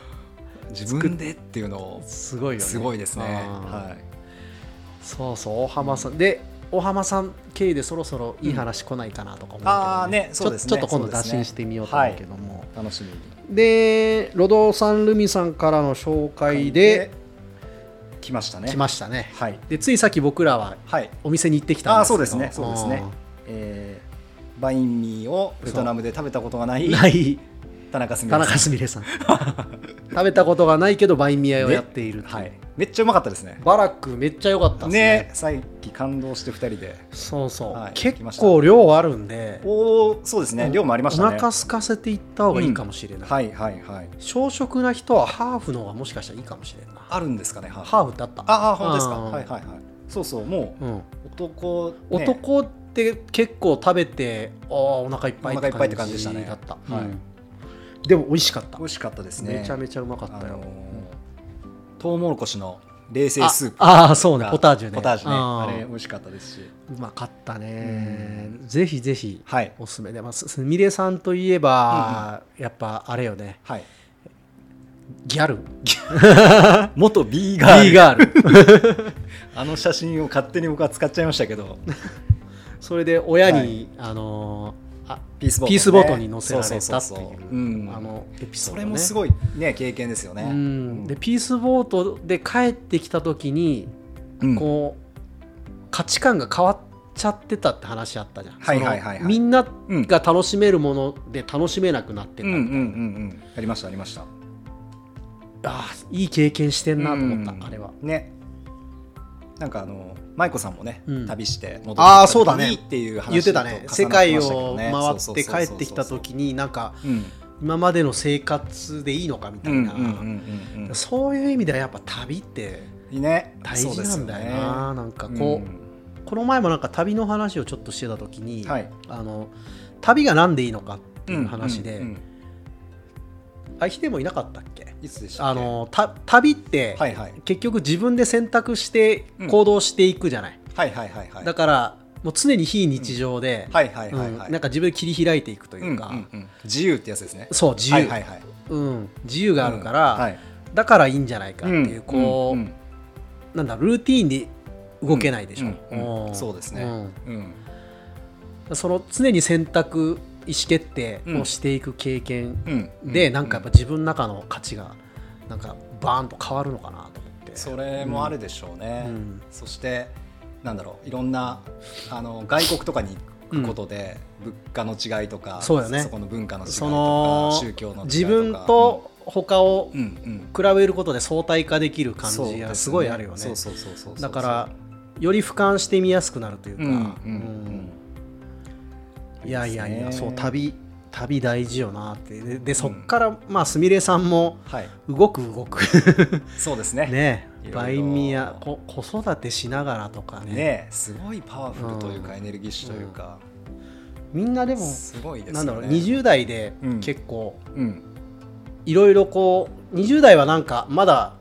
Speaker 2: そう自分でっていうのを
Speaker 1: すごいよね
Speaker 2: すごいですね、
Speaker 1: うん
Speaker 2: はい、
Speaker 1: そうそう大浜さん、で大浜さん経由でそろそろいい話来ないかなとか思うけど、
Speaker 2: ああねそうですね
Speaker 1: ちょちょっと今
Speaker 2: そ
Speaker 1: 度
Speaker 2: うで
Speaker 1: 打
Speaker 2: すね
Speaker 1: 診してみようと思うけども、
Speaker 2: 楽しみに
Speaker 1: でロドさんルミさんからの紹介で
Speaker 2: 来ましたね
Speaker 1: 来ましたね
Speaker 2: はい
Speaker 1: でついさっき僕らは
Speaker 2: はい
Speaker 1: お店に行ってきたんですけ
Speaker 2: あーそ
Speaker 1: ど
Speaker 2: うですねそうですねえー、バインミーをベトナムで食べたことがな
Speaker 1: う
Speaker 2: い
Speaker 1: んない
Speaker 2: 田中すみ
Speaker 1: 田
Speaker 2: れさん
Speaker 1: 中すみれさん食べたことがないけどバインミヤをやっているっていう
Speaker 2: はい、めっちゃうまかったですね
Speaker 1: バラックめっちゃ良かったですね
Speaker 2: ねさっき感動して2人で
Speaker 1: そうそう、
Speaker 2: はい
Speaker 1: 結
Speaker 2: 来ました
Speaker 1: 構量あるんで
Speaker 2: おおそうですね量もありましたね
Speaker 1: お腹空かせていった方がいいかもしれない、
Speaker 2: はいはいはい
Speaker 1: 小食な人はハーフの方がもしかしたらいいかもしれんな
Speaker 2: あるんですかねハーフ
Speaker 1: ハーフってあった
Speaker 2: ああ本当ですか
Speaker 1: うん
Speaker 2: はいはいはいそうそうも
Speaker 1: うん
Speaker 2: う男、ね、
Speaker 1: 男って結構食べてあーお腹いっぱ
Speaker 2: お
Speaker 1: い
Speaker 2: 腹いっぱいって感じでしたね
Speaker 1: だった、
Speaker 2: はい
Speaker 1: うんでも美味しかった
Speaker 2: 美味しかったですね
Speaker 1: めちゃめちゃうまかった
Speaker 2: あ
Speaker 1: よ
Speaker 2: のートウモロコシの冷製スープ
Speaker 1: ああそうねポタージュね
Speaker 2: ポタージュね
Speaker 1: あ
Speaker 2: あ
Speaker 1: ー
Speaker 2: れ美味しかったですし
Speaker 1: うまかったね、ぜひぜひ
Speaker 2: はい
Speaker 1: おすすめでますすみれさんといえば、やっぱあれよね
Speaker 2: はい
Speaker 1: ギャル
Speaker 2: 元 B ガール
Speaker 1: B ガール
Speaker 2: あの写真を勝手に僕は使っちゃいましたけど
Speaker 1: それで親に、
Speaker 2: はい
Speaker 1: あのーあ
Speaker 2: ピースボート、
Speaker 1: ピースボートに乗せられたっていう
Speaker 2: そうそうそうそううん
Speaker 1: あのエピ
Speaker 2: そ
Speaker 1: ソード、ね、
Speaker 2: れもす
Speaker 1: い
Speaker 2: ごいね経験ですよね
Speaker 1: うん、でピースボートで帰ってきた時に、
Speaker 2: うん
Speaker 1: こう価値観が変わっちゃってたって話あったじゃん、
Speaker 2: はいはいはいはい
Speaker 1: そのみんな
Speaker 2: うん
Speaker 1: が楽しめるもので楽しめなくなって
Speaker 2: う
Speaker 1: た、
Speaker 2: んうんうんうんありましたありました
Speaker 1: あーいい経験してんなと思った、
Speaker 2: うん
Speaker 1: あれは
Speaker 2: ねなんかあの舞子さんもね、
Speaker 1: うん
Speaker 2: 旅して戻ってきた時に
Speaker 1: あーそうだね
Speaker 2: っていう話
Speaker 1: 言ってたね
Speaker 2: と重
Speaker 1: 世
Speaker 2: なって
Speaker 1: 界
Speaker 2: ましたけど
Speaker 1: を
Speaker 2: ね
Speaker 1: 回って帰ってきた
Speaker 2: そうそうそう
Speaker 1: 時になんか
Speaker 2: そううん
Speaker 1: 今までの生活でいいのかみたい
Speaker 2: うん
Speaker 1: な、
Speaker 2: うんうんうん
Speaker 1: そういう意味ではやっぱ旅って
Speaker 2: うんね
Speaker 1: 大事なんだよななんか
Speaker 2: そうですよね
Speaker 1: こう、この前もなんか旅の話をちょっとしてた時に、
Speaker 2: うんはい
Speaker 1: あの旅が何でいいのかっていう話
Speaker 2: うん
Speaker 1: で、
Speaker 2: うんうん
Speaker 1: あヒデもいなかったっけ
Speaker 2: いつでしたっ
Speaker 1: あ
Speaker 2: け
Speaker 1: のた旅って、
Speaker 2: はいはい
Speaker 1: 結局自分で選択して
Speaker 2: うん
Speaker 1: 行動していくじゃない、
Speaker 2: はいはいはいはい
Speaker 1: だからもう常に非日常で、
Speaker 2: はいはいはいは
Speaker 1: う
Speaker 2: い
Speaker 1: んなんか自分で切り開いていくと
Speaker 2: う
Speaker 1: い
Speaker 2: ん
Speaker 1: う
Speaker 2: う
Speaker 1: か、
Speaker 2: んうん自由ってやつですね
Speaker 1: そう自由、
Speaker 2: はいはいはい
Speaker 1: うん、自由がある
Speaker 2: う
Speaker 1: か
Speaker 2: んは
Speaker 1: ら、
Speaker 2: い
Speaker 1: だからいいんじゃないかっていう、こう、
Speaker 2: んん
Speaker 1: なんだルーティーンで動けないでし
Speaker 2: う
Speaker 1: ょ、
Speaker 2: んうん
Speaker 1: ん
Speaker 2: そうですねうん
Speaker 1: うんその常に選択意思決定をしていく経験
Speaker 2: うん
Speaker 1: で、なんかやっぱ自分の中の価値がなんかバーンと変わるのかなと思って
Speaker 2: それもあるでしょうね、
Speaker 1: うん
Speaker 2: そしてなんだろういろんなあの外国とかに行くことで、物価の違いとか
Speaker 1: そうだよね
Speaker 2: この文化の違いと
Speaker 1: そ
Speaker 2: か
Speaker 1: の
Speaker 2: 宗教の違いとか
Speaker 1: 自分と他を
Speaker 2: うんうん
Speaker 1: 比べることで相対化できる感
Speaker 2: そうで
Speaker 1: じ
Speaker 2: す
Speaker 1: が
Speaker 2: ね
Speaker 1: すごいあるよね
Speaker 2: そうそうそうそうそう
Speaker 1: だからより俯瞰して見やすくなるというか、
Speaker 2: うんうんう
Speaker 1: うん
Speaker 2: ん
Speaker 1: いやいやい
Speaker 2: いい
Speaker 1: や、
Speaker 2: ですね
Speaker 1: そう旅旅大事よなってででそっ
Speaker 2: うん
Speaker 1: から、まあすみれさんも
Speaker 2: はい
Speaker 1: 動く 動く
Speaker 2: そうですねね
Speaker 1: ね
Speaker 2: いろいろ
Speaker 1: バインミヤこ子育てしながらとかね
Speaker 2: すごいパワフルというか、
Speaker 1: うん
Speaker 2: エネルギッシュというか、
Speaker 1: みんなでも
Speaker 2: すごいですよ
Speaker 1: なん
Speaker 2: ね
Speaker 1: だろう20代で
Speaker 2: うん
Speaker 1: 結構
Speaker 2: うん
Speaker 1: いろいろこう20代はなんかまだ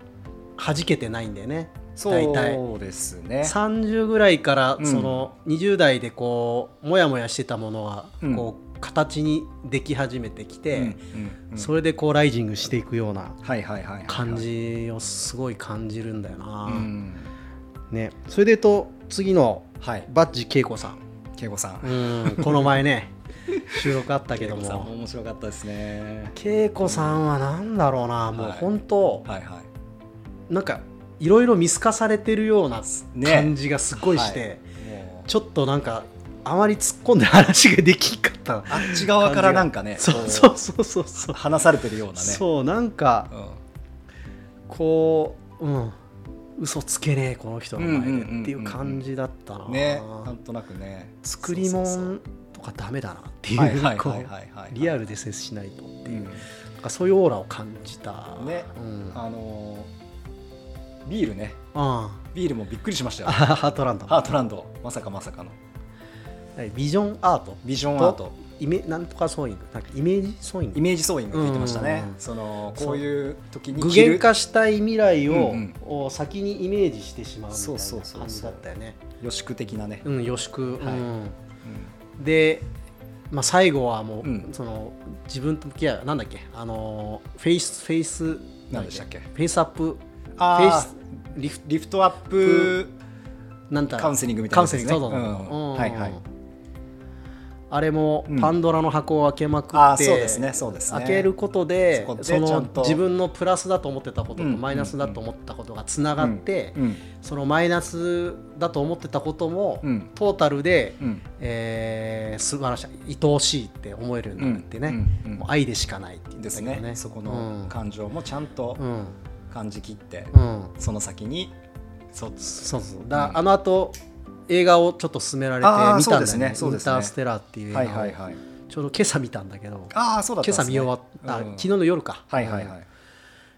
Speaker 1: 弾けてないんだよね大体
Speaker 2: そうですね
Speaker 1: 30ぐらいから
Speaker 2: うん
Speaker 1: その20代でこうモヤモヤしてたものは
Speaker 2: うん
Speaker 1: こう形にでき始めてき
Speaker 2: うん
Speaker 1: て、
Speaker 2: うんうん
Speaker 1: それでこうライジングしていくような
Speaker 2: はいはいはいはいはい
Speaker 1: 感じをすごい感じるんだよな、
Speaker 2: うん
Speaker 1: ねそれで言うと次の
Speaker 2: はい
Speaker 1: バッジ恵子さん
Speaker 2: 恵子さん
Speaker 1: うんこの 前ね収録あったけど
Speaker 2: 恵子さん
Speaker 1: も
Speaker 2: も面白かったですね
Speaker 1: 恵子さんはなんだろうなもう
Speaker 2: はい
Speaker 1: 本当、
Speaker 2: はいはい
Speaker 1: なんかいろいろ見透かされてるような
Speaker 2: ね
Speaker 1: 感じがすごいして、
Speaker 2: もう
Speaker 1: ちょっとなんかあまり突っ込んで話ができんかったな
Speaker 2: あっち側からなんかね
Speaker 1: そう
Speaker 2: こ
Speaker 1: そうそうそうそう、
Speaker 2: 話されてるようなね
Speaker 1: そうなんか
Speaker 2: うん
Speaker 1: こううん嘘つけねえこの人の
Speaker 2: うん
Speaker 1: 前
Speaker 2: うんうんうんう
Speaker 1: で
Speaker 2: ん
Speaker 1: っていう感じだったな、
Speaker 2: ねなんとなくね
Speaker 1: 作り
Speaker 2: そうそう
Speaker 1: 物とかダメだなってい
Speaker 2: そうはいうはい
Speaker 1: こ
Speaker 2: はいうはいはい
Speaker 1: リアルで接しないとって
Speaker 2: う
Speaker 1: いう、
Speaker 2: ん
Speaker 1: なんかそういうオーラを感じた
Speaker 2: ね
Speaker 1: うん、あ
Speaker 2: あのービールね
Speaker 1: あ
Speaker 2: ビールもびっくりしました よ
Speaker 1: あハートランド
Speaker 2: ハートランドまさかまさかの
Speaker 1: ビジョンアート
Speaker 2: ビジョンアート
Speaker 1: イメなんとかソーイングなんかイメージソーイン
Speaker 2: イ
Speaker 1: グ
Speaker 2: メージソーイングって言ってましたね
Speaker 1: うん
Speaker 2: そのこういう時に
Speaker 1: 具
Speaker 2: 着る
Speaker 1: 現化したい未来を,、
Speaker 2: うん
Speaker 1: を先にイメージしてしまうみた
Speaker 2: そうそ
Speaker 1: いうな
Speaker 2: そうそう
Speaker 1: 感じだったよね
Speaker 2: 予宿的なね、
Speaker 1: うんよしく、
Speaker 2: はい
Speaker 1: うんで、まあ、最後はもう、
Speaker 2: うん
Speaker 1: その自分と向き合うなんだっけあのーフェイスフェイス
Speaker 2: 何でしたっけ
Speaker 1: フェイスアップ
Speaker 2: あ
Speaker 1: フ
Speaker 2: ー
Speaker 1: ェイスリフ
Speaker 2: リフトアップ
Speaker 1: なんたら
Speaker 2: カウンセリングみたい
Speaker 1: カ
Speaker 2: なや
Speaker 1: ウン
Speaker 2: つ
Speaker 1: セリ
Speaker 2: で
Speaker 1: ン
Speaker 2: す
Speaker 1: グ
Speaker 2: ね、
Speaker 1: そうだ
Speaker 2: うんはいはい
Speaker 1: あれも
Speaker 2: うん
Speaker 1: パンドラの箱を開けまくって、
Speaker 2: ああそうですねそうですね
Speaker 1: 開けることで
Speaker 2: そこで
Speaker 1: そ
Speaker 2: ちゃ
Speaker 1: の
Speaker 2: んと
Speaker 1: 自分のプラスだと思ってたことと
Speaker 2: うん
Speaker 1: マイナスだと思ったことがつながって、
Speaker 2: うん
Speaker 1: そのマイナスだと思ってたことも、
Speaker 2: うん
Speaker 1: トータルで、
Speaker 2: うん
Speaker 1: えー素晴らしい愛おしいって思えるようになるってね、
Speaker 2: うんうん
Speaker 1: もう愛でしかないって言っ
Speaker 2: で
Speaker 1: てた
Speaker 2: す
Speaker 1: けど
Speaker 2: ねそこの感情もちゃんと
Speaker 1: うん、うん
Speaker 2: 感じきって、
Speaker 1: うん
Speaker 2: その先にそう
Speaker 1: そうそうだ、
Speaker 2: うん
Speaker 1: あのあと映画をちょっと勧められて
Speaker 2: あー
Speaker 1: 見たんだよね
Speaker 2: そう
Speaker 1: イ
Speaker 2: ですねそうで
Speaker 1: ン
Speaker 2: すね
Speaker 1: ターステラー」っていう映画
Speaker 2: は
Speaker 1: を、
Speaker 2: いはいはい
Speaker 1: ちょうど今朝見たんだけど
Speaker 2: ああそうだったん
Speaker 1: 今
Speaker 2: です
Speaker 1: 朝
Speaker 2: ね
Speaker 1: 見終わった、
Speaker 2: うん
Speaker 1: 昨日の夜か
Speaker 2: はいはいはい、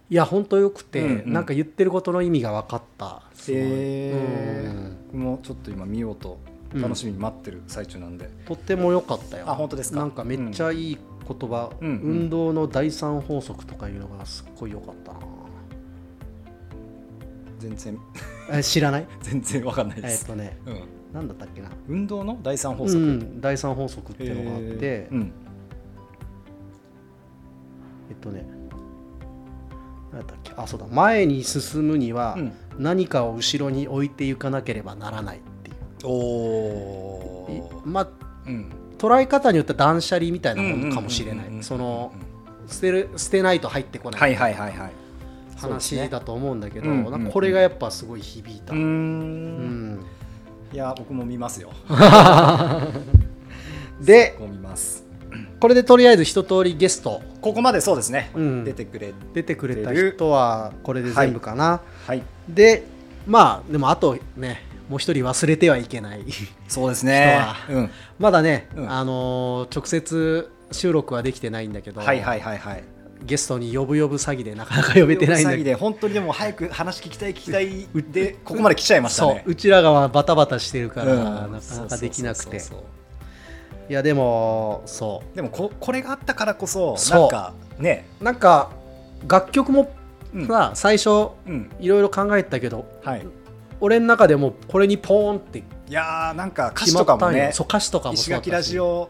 Speaker 1: いや本当よくて、
Speaker 2: うんうん
Speaker 1: なんか言ってることの意味が分かったすごい
Speaker 2: え
Speaker 1: うん
Speaker 2: ー、僕もちょっと今見ようと楽しみに待ってる最中なんで、
Speaker 1: とっても良かったよ
Speaker 2: あ本当ですか
Speaker 1: なんかめっちゃいい言葉、
Speaker 2: うんうん
Speaker 1: 運動の第三法則とかいうのがすっごい良かったな
Speaker 2: 全然
Speaker 1: え知らない
Speaker 2: 全然わかんないで
Speaker 1: えっ
Speaker 2: す、
Speaker 1: とね
Speaker 2: うん、
Speaker 1: なんだったっけな
Speaker 2: 運動の第三法則、
Speaker 1: うん、第三法則っていうのがあって、
Speaker 2: えーうん
Speaker 1: えっとね何だっけあそうだ前に進むには
Speaker 2: うん
Speaker 1: 何かを後ろに置いていかなければならないっていう、
Speaker 2: おおー、
Speaker 1: まあ
Speaker 2: うん、
Speaker 1: 捉え方によっては断捨離みたいなものかもしれ
Speaker 2: うんう
Speaker 1: な
Speaker 2: んうんうんうんうんう
Speaker 1: い
Speaker 2: ん
Speaker 1: その捨てる捨てないと入ってこな
Speaker 2: はいいはいはいはい
Speaker 1: 話だと思うんだけど、
Speaker 2: そうですね
Speaker 1: なんかこれがやっぱすごい響いた、
Speaker 2: うー
Speaker 1: うん
Speaker 2: んいや僕も見ますよ
Speaker 1: で
Speaker 2: 僕も見ます
Speaker 1: これでとりあえず一通りゲスト、
Speaker 2: ここまでそうですね、
Speaker 1: うん
Speaker 2: 出てくれ
Speaker 1: 出てくれた人はこれで全部かな、
Speaker 2: はい
Speaker 1: でまあでもあとねもう一人忘れてはいけない
Speaker 2: そうです
Speaker 1: 人
Speaker 2: うん、
Speaker 1: まだね、
Speaker 2: うん
Speaker 1: あのー直接収録はできてないんだけど、
Speaker 2: はいはいはいはい
Speaker 1: ゲストに呼ぶ呼ぶ詐欺でなかなか呼べてないんだ
Speaker 2: 詐欺
Speaker 1: けど。
Speaker 2: で本当にでも早く話聞きたい聞きたいでここまで来ちゃいました
Speaker 1: そう
Speaker 2: ね
Speaker 1: うちらがバタバタしてるから、
Speaker 2: うん
Speaker 1: なかなかできなくて
Speaker 2: そうそうそうそう
Speaker 1: いやでもそ
Speaker 2: でもここれがあったからこそ
Speaker 1: そう
Speaker 2: なんかね
Speaker 1: うなんか楽曲も
Speaker 2: うん
Speaker 1: さ、最初
Speaker 2: うん
Speaker 1: いろいろ考えてたけど
Speaker 2: はい
Speaker 1: 俺の中でもうこれにポーンって
Speaker 2: いやーなんか歌詞
Speaker 1: 決ま
Speaker 2: と
Speaker 1: った
Speaker 2: か
Speaker 1: んよ
Speaker 2: もね
Speaker 1: そう歌詞とかも
Speaker 2: 石
Speaker 1: そうだっ
Speaker 2: 垣
Speaker 1: たし
Speaker 2: ラジオ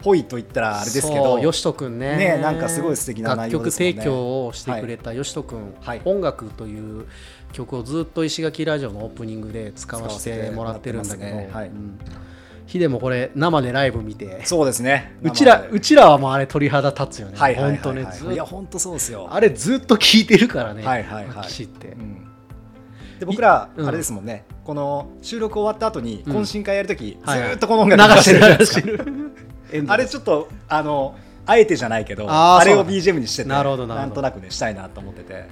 Speaker 2: っぽいと言ったらあれですけど
Speaker 1: そうよしとくんね
Speaker 2: ねなんかすごい素敵な内容ですもんね
Speaker 1: 楽曲提供をしてくれたよしとくん、
Speaker 2: はい
Speaker 1: 音楽という曲をずっと石垣ラジオのオープニングで使わせてもらってるんだけ
Speaker 2: 使わせてもらって
Speaker 1: ど
Speaker 2: ますねはい
Speaker 1: うんヒデもこれ生でライブ見て
Speaker 2: そうですね
Speaker 1: うちら
Speaker 2: 生で
Speaker 1: うちらはもうあれ鳥肌立つよね、
Speaker 2: はいはいはい
Speaker 1: ほんとね
Speaker 2: はい
Speaker 1: ずっ
Speaker 2: いや
Speaker 1: と
Speaker 2: 本当そうですよ
Speaker 1: あれずっと聴いてるからね、
Speaker 2: はいはいはい
Speaker 1: マキシって、
Speaker 2: うんで僕ら
Speaker 1: うん
Speaker 2: あれですもんねこの収録終わった後に
Speaker 1: うん
Speaker 2: 懇親会やるときず
Speaker 1: はいはい
Speaker 2: ーっとこの音
Speaker 1: 流
Speaker 2: 楽
Speaker 1: して
Speaker 2: じゃな
Speaker 1: る
Speaker 2: いで
Speaker 1: 流
Speaker 2: す
Speaker 1: して
Speaker 2: か
Speaker 1: るエンド
Speaker 2: あ
Speaker 1: レ
Speaker 2: れ
Speaker 1: ス
Speaker 2: ちょっとあのあえてじゃないけど
Speaker 1: あ
Speaker 2: あ
Speaker 1: ー
Speaker 2: れを
Speaker 1: そう
Speaker 2: BGM にしてて
Speaker 1: なるほどなるほど
Speaker 2: んとなくねしたいなと思ってて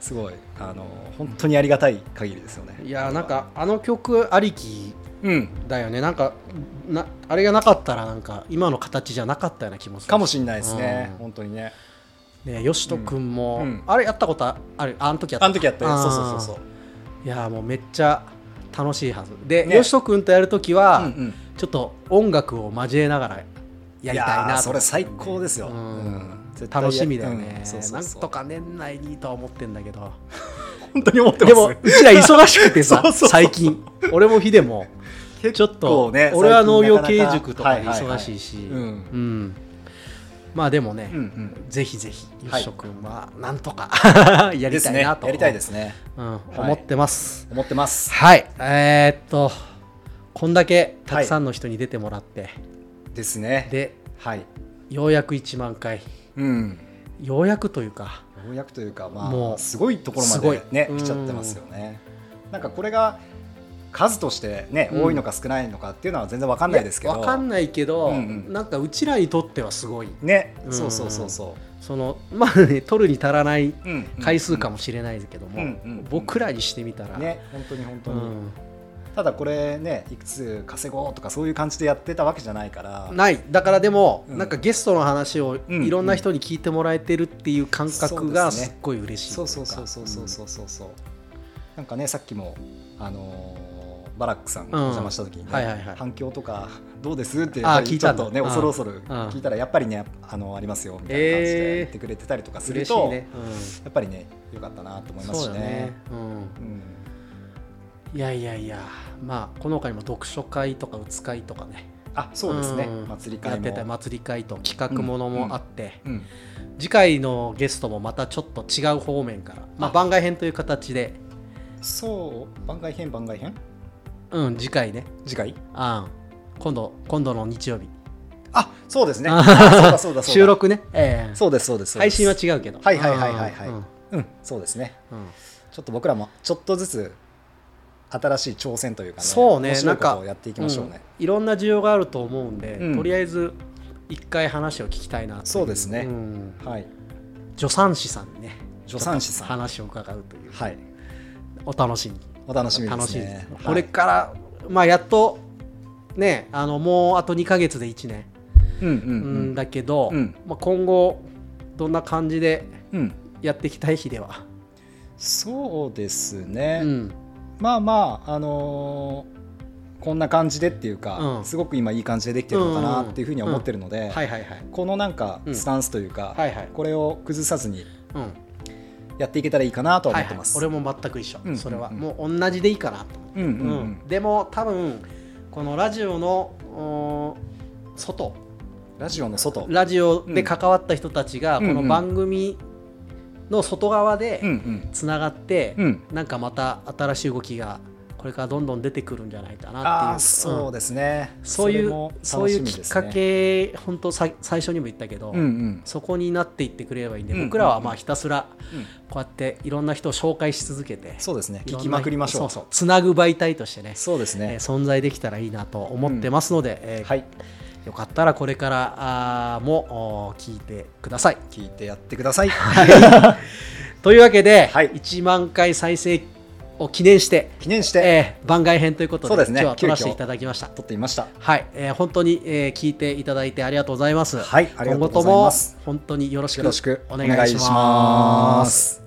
Speaker 2: すごいあの本当にありがたい限りですよね
Speaker 1: いやなんかあの曲ありき
Speaker 2: うん
Speaker 1: だよねなんかなあれがなかったらなんか今の形じゃなかったような気もする
Speaker 2: かもしれないですね
Speaker 1: うん
Speaker 2: 本当にね
Speaker 1: ねよしとくんも、
Speaker 2: うんうん
Speaker 1: あれやったことああるあの時やった
Speaker 2: あの時やったよそうそうそうそう
Speaker 1: ういやもうめっちゃ楽しいはずで、
Speaker 2: ね
Speaker 1: よしとくんとやる時は、
Speaker 2: うんうん
Speaker 1: ちょっと音楽を交えながらやりた
Speaker 2: い
Speaker 1: いなと思
Speaker 2: や
Speaker 1: っ
Speaker 2: ー
Speaker 1: て
Speaker 2: それ最高ですよ
Speaker 1: う
Speaker 2: うん
Speaker 1: ん
Speaker 2: 絶対や
Speaker 1: 楽しみだよね、
Speaker 2: うんそうそう
Speaker 1: なん
Speaker 2: そう
Speaker 1: とか年内にとは思ってんだけど
Speaker 2: 本当に思って
Speaker 1: でもうちら忙しくて さ
Speaker 2: そうそうそう
Speaker 1: 最近俺もヒデもちょっと、
Speaker 2: 構ね
Speaker 1: 俺は農業経
Speaker 2: 最近
Speaker 1: 営
Speaker 2: なかなか
Speaker 1: 塾とかで
Speaker 2: はいはいはい
Speaker 1: 忙しいし、
Speaker 2: うん
Speaker 1: うんまあでもね、
Speaker 2: うんうん
Speaker 1: ぜひぜひ、よ
Speaker 2: はい
Speaker 1: しとくんはなんとか や
Speaker 2: で
Speaker 1: り
Speaker 2: す
Speaker 1: た
Speaker 2: ね
Speaker 1: い
Speaker 2: や
Speaker 1: なと、
Speaker 2: りたいですね
Speaker 1: うん、
Speaker 2: い
Speaker 1: 思ってます。
Speaker 2: 思ってます
Speaker 1: はい、えーっと、こんだけたくさんの人に出てもらって、
Speaker 2: ですね
Speaker 1: で、
Speaker 2: はい
Speaker 1: ようやく1万回、
Speaker 2: うん
Speaker 1: ようやくというか
Speaker 2: ようやくというか、ま
Speaker 1: も
Speaker 2: あ、
Speaker 1: う
Speaker 2: すごいところます
Speaker 1: ご
Speaker 2: で
Speaker 1: い
Speaker 2: ね、
Speaker 1: うん
Speaker 2: 来ちゃってますよね。なんかこれが数としてね、
Speaker 1: うん
Speaker 2: 多いのか少ないのかっていうのは全然わかんないですけど。
Speaker 1: わかんないけど、
Speaker 2: うんうん
Speaker 1: なんかうちらにとってはすごい
Speaker 2: ね、
Speaker 1: うん
Speaker 2: そうそうそうそ。
Speaker 1: そのまあね取るに足らないう
Speaker 2: うん
Speaker 1: 回数かもしれないけども、
Speaker 2: うんうんうん
Speaker 1: 僕らにしてみたら、
Speaker 2: ね、本当に本
Speaker 1: う
Speaker 2: 当に、
Speaker 1: ん、
Speaker 2: ただこれねいくつ稼ごうとかそういう感じでやってたわけじゃないから
Speaker 1: ないだからでも、
Speaker 2: うん
Speaker 1: なんかゲストの話を
Speaker 2: うん
Speaker 1: いろんな人に聞いてもらえてるっていう感覚
Speaker 2: うん
Speaker 1: が
Speaker 2: そうです
Speaker 1: す
Speaker 2: ね
Speaker 1: っごい嬉しい
Speaker 2: そうそうそうそうそうそうそうそうなんかねさっきもあのーバラックさんお邪魔した時にね、
Speaker 1: はいはいはい
Speaker 2: 反響とかどうですって
Speaker 1: あー
Speaker 2: やっぱり
Speaker 1: 聞い
Speaker 2: ちょ
Speaker 1: た
Speaker 2: っ
Speaker 1: んだ
Speaker 2: とね
Speaker 1: うん
Speaker 2: 恐る恐る
Speaker 1: ん
Speaker 2: 聞いたらやっぱりねあのありますよみたいな感じで
Speaker 1: えー
Speaker 2: 言ってくれてたりとかする
Speaker 1: 嬉しい
Speaker 2: と、
Speaker 1: ね、
Speaker 2: やっぱりね良かったなと
Speaker 1: う
Speaker 2: 思
Speaker 1: ん、
Speaker 2: います
Speaker 1: そ
Speaker 2: し
Speaker 1: う
Speaker 2: ね
Speaker 1: だね、うん、
Speaker 2: うん、
Speaker 1: いやいやいやまあこの他にも読書会とかうつ会とかね
Speaker 2: あそうですね、
Speaker 1: うん
Speaker 2: 祭り
Speaker 1: や
Speaker 2: 会
Speaker 1: っ
Speaker 2: も
Speaker 1: てた祭り会と企画ものもあって、
Speaker 2: うん、
Speaker 1: 次回のゲストもまたちょっと違う方面から、まあ、番外編という形で、
Speaker 2: そう番外編番外編
Speaker 1: うん、次回ね
Speaker 2: 次回
Speaker 1: あん今度今度の日曜日
Speaker 2: あそう ですね
Speaker 1: あ
Speaker 2: あそうだそうだそうだ
Speaker 1: 収録ね、ええ
Speaker 2: そうですそうですそう
Speaker 1: 配
Speaker 2: です
Speaker 1: 信は違うけど
Speaker 2: はいはいはいはいはい
Speaker 1: うん
Speaker 2: うんそうですね
Speaker 1: うん
Speaker 2: ちょっと僕らもちょっとずつ新しい挑戦というかね
Speaker 1: そうね
Speaker 2: 面白いこと
Speaker 1: な
Speaker 2: を
Speaker 1: んか
Speaker 2: やっていきましょうね、
Speaker 1: うんいろんな需要があると思うんで、
Speaker 2: うん
Speaker 1: とりあえず一回話を聞きたいなとい
Speaker 2: そうですね
Speaker 1: ん
Speaker 2: はい
Speaker 1: 助産師さんにね
Speaker 2: 助産師さん
Speaker 1: 話を伺うという
Speaker 2: はい
Speaker 1: お楽しみ
Speaker 2: お楽しみで
Speaker 1: 楽
Speaker 2: す
Speaker 1: しいです
Speaker 2: ね
Speaker 1: これから、まあやっとねあのもうあと2か月で1年、
Speaker 2: はいうんう
Speaker 1: う
Speaker 2: ん
Speaker 1: ん
Speaker 2: うん
Speaker 1: だけど、
Speaker 2: うん
Speaker 1: まあ、今後どんな感じで
Speaker 2: うん
Speaker 1: やっていきたい日では、
Speaker 2: そうです
Speaker 1: う
Speaker 2: ね、
Speaker 1: ん、
Speaker 2: まあまああのーこんな感じでっていうか、
Speaker 1: うん
Speaker 2: すごく今いい感じでできてるのかなっていうふうには思ってるので、
Speaker 1: はいはいはい
Speaker 2: このなんかスタンスというか、
Speaker 1: はいはい
Speaker 2: これを崩さずに
Speaker 1: うん
Speaker 2: やっていけたらいいかなとは思
Speaker 1: はい
Speaker 2: って
Speaker 1: はい
Speaker 2: ます、
Speaker 1: 俺も全く一緒、
Speaker 2: うん
Speaker 1: それは
Speaker 2: うん
Speaker 1: もう同じでいいかなと
Speaker 2: うんうんうん、
Speaker 1: うんでも多分このラジオのおー外
Speaker 2: ラジオの外
Speaker 1: ラジオで関わった人たちが
Speaker 2: うん
Speaker 1: この番組の外側
Speaker 2: うんう
Speaker 1: で
Speaker 2: ん
Speaker 1: つながって、
Speaker 2: うん
Speaker 1: なんかまた新しい動きがこれからどんどん出てくるんじゃないかなって
Speaker 2: あ
Speaker 1: いう
Speaker 2: あそう
Speaker 1: うん
Speaker 2: ですね、
Speaker 1: そうい
Speaker 2: れ
Speaker 1: う
Speaker 2: も
Speaker 1: そう
Speaker 2: 楽
Speaker 1: い
Speaker 2: し
Speaker 1: う
Speaker 2: みで
Speaker 1: き
Speaker 2: すね
Speaker 1: っかけ本当さ最初にも言ったけど、
Speaker 2: うんうん
Speaker 1: そこになっていってくれればいいんで、
Speaker 2: うん
Speaker 1: 僕らはまあひたすら
Speaker 2: うん
Speaker 1: こうやっていろんな人を紹介し続けて、
Speaker 2: そうですね
Speaker 1: いろ
Speaker 2: 聞
Speaker 1: んな
Speaker 2: きまくりましょう
Speaker 1: そうそうつなぐ媒体としてね
Speaker 2: そうです
Speaker 1: えー
Speaker 2: ね、
Speaker 1: 存在できたらいいなと思ってますので、えー
Speaker 2: はい
Speaker 1: よかったらこれからあーもおー聞いてください。
Speaker 2: 聞いてやってください
Speaker 1: というわけで、
Speaker 2: はい
Speaker 1: 1万回再生を記念して、
Speaker 2: 記念して、
Speaker 1: えー番外編ということ
Speaker 2: そ
Speaker 1: で
Speaker 2: うですね
Speaker 1: 今日は撮らせ
Speaker 2: 急
Speaker 1: て
Speaker 2: 遽
Speaker 1: いただきました。
Speaker 2: 撮ってみました
Speaker 1: はい、えー本当に、えー聞いていただいてありがとうございます。
Speaker 2: はいありが
Speaker 1: 今
Speaker 2: とうご
Speaker 1: 後と
Speaker 2: ざい
Speaker 1: も
Speaker 2: ます
Speaker 1: 本当によろし
Speaker 2: よ
Speaker 1: く
Speaker 2: ろしく
Speaker 1: お
Speaker 2: お
Speaker 1: 願
Speaker 2: 願
Speaker 1: い
Speaker 2: い
Speaker 1: し
Speaker 2: し
Speaker 1: ま。
Speaker 2: ますす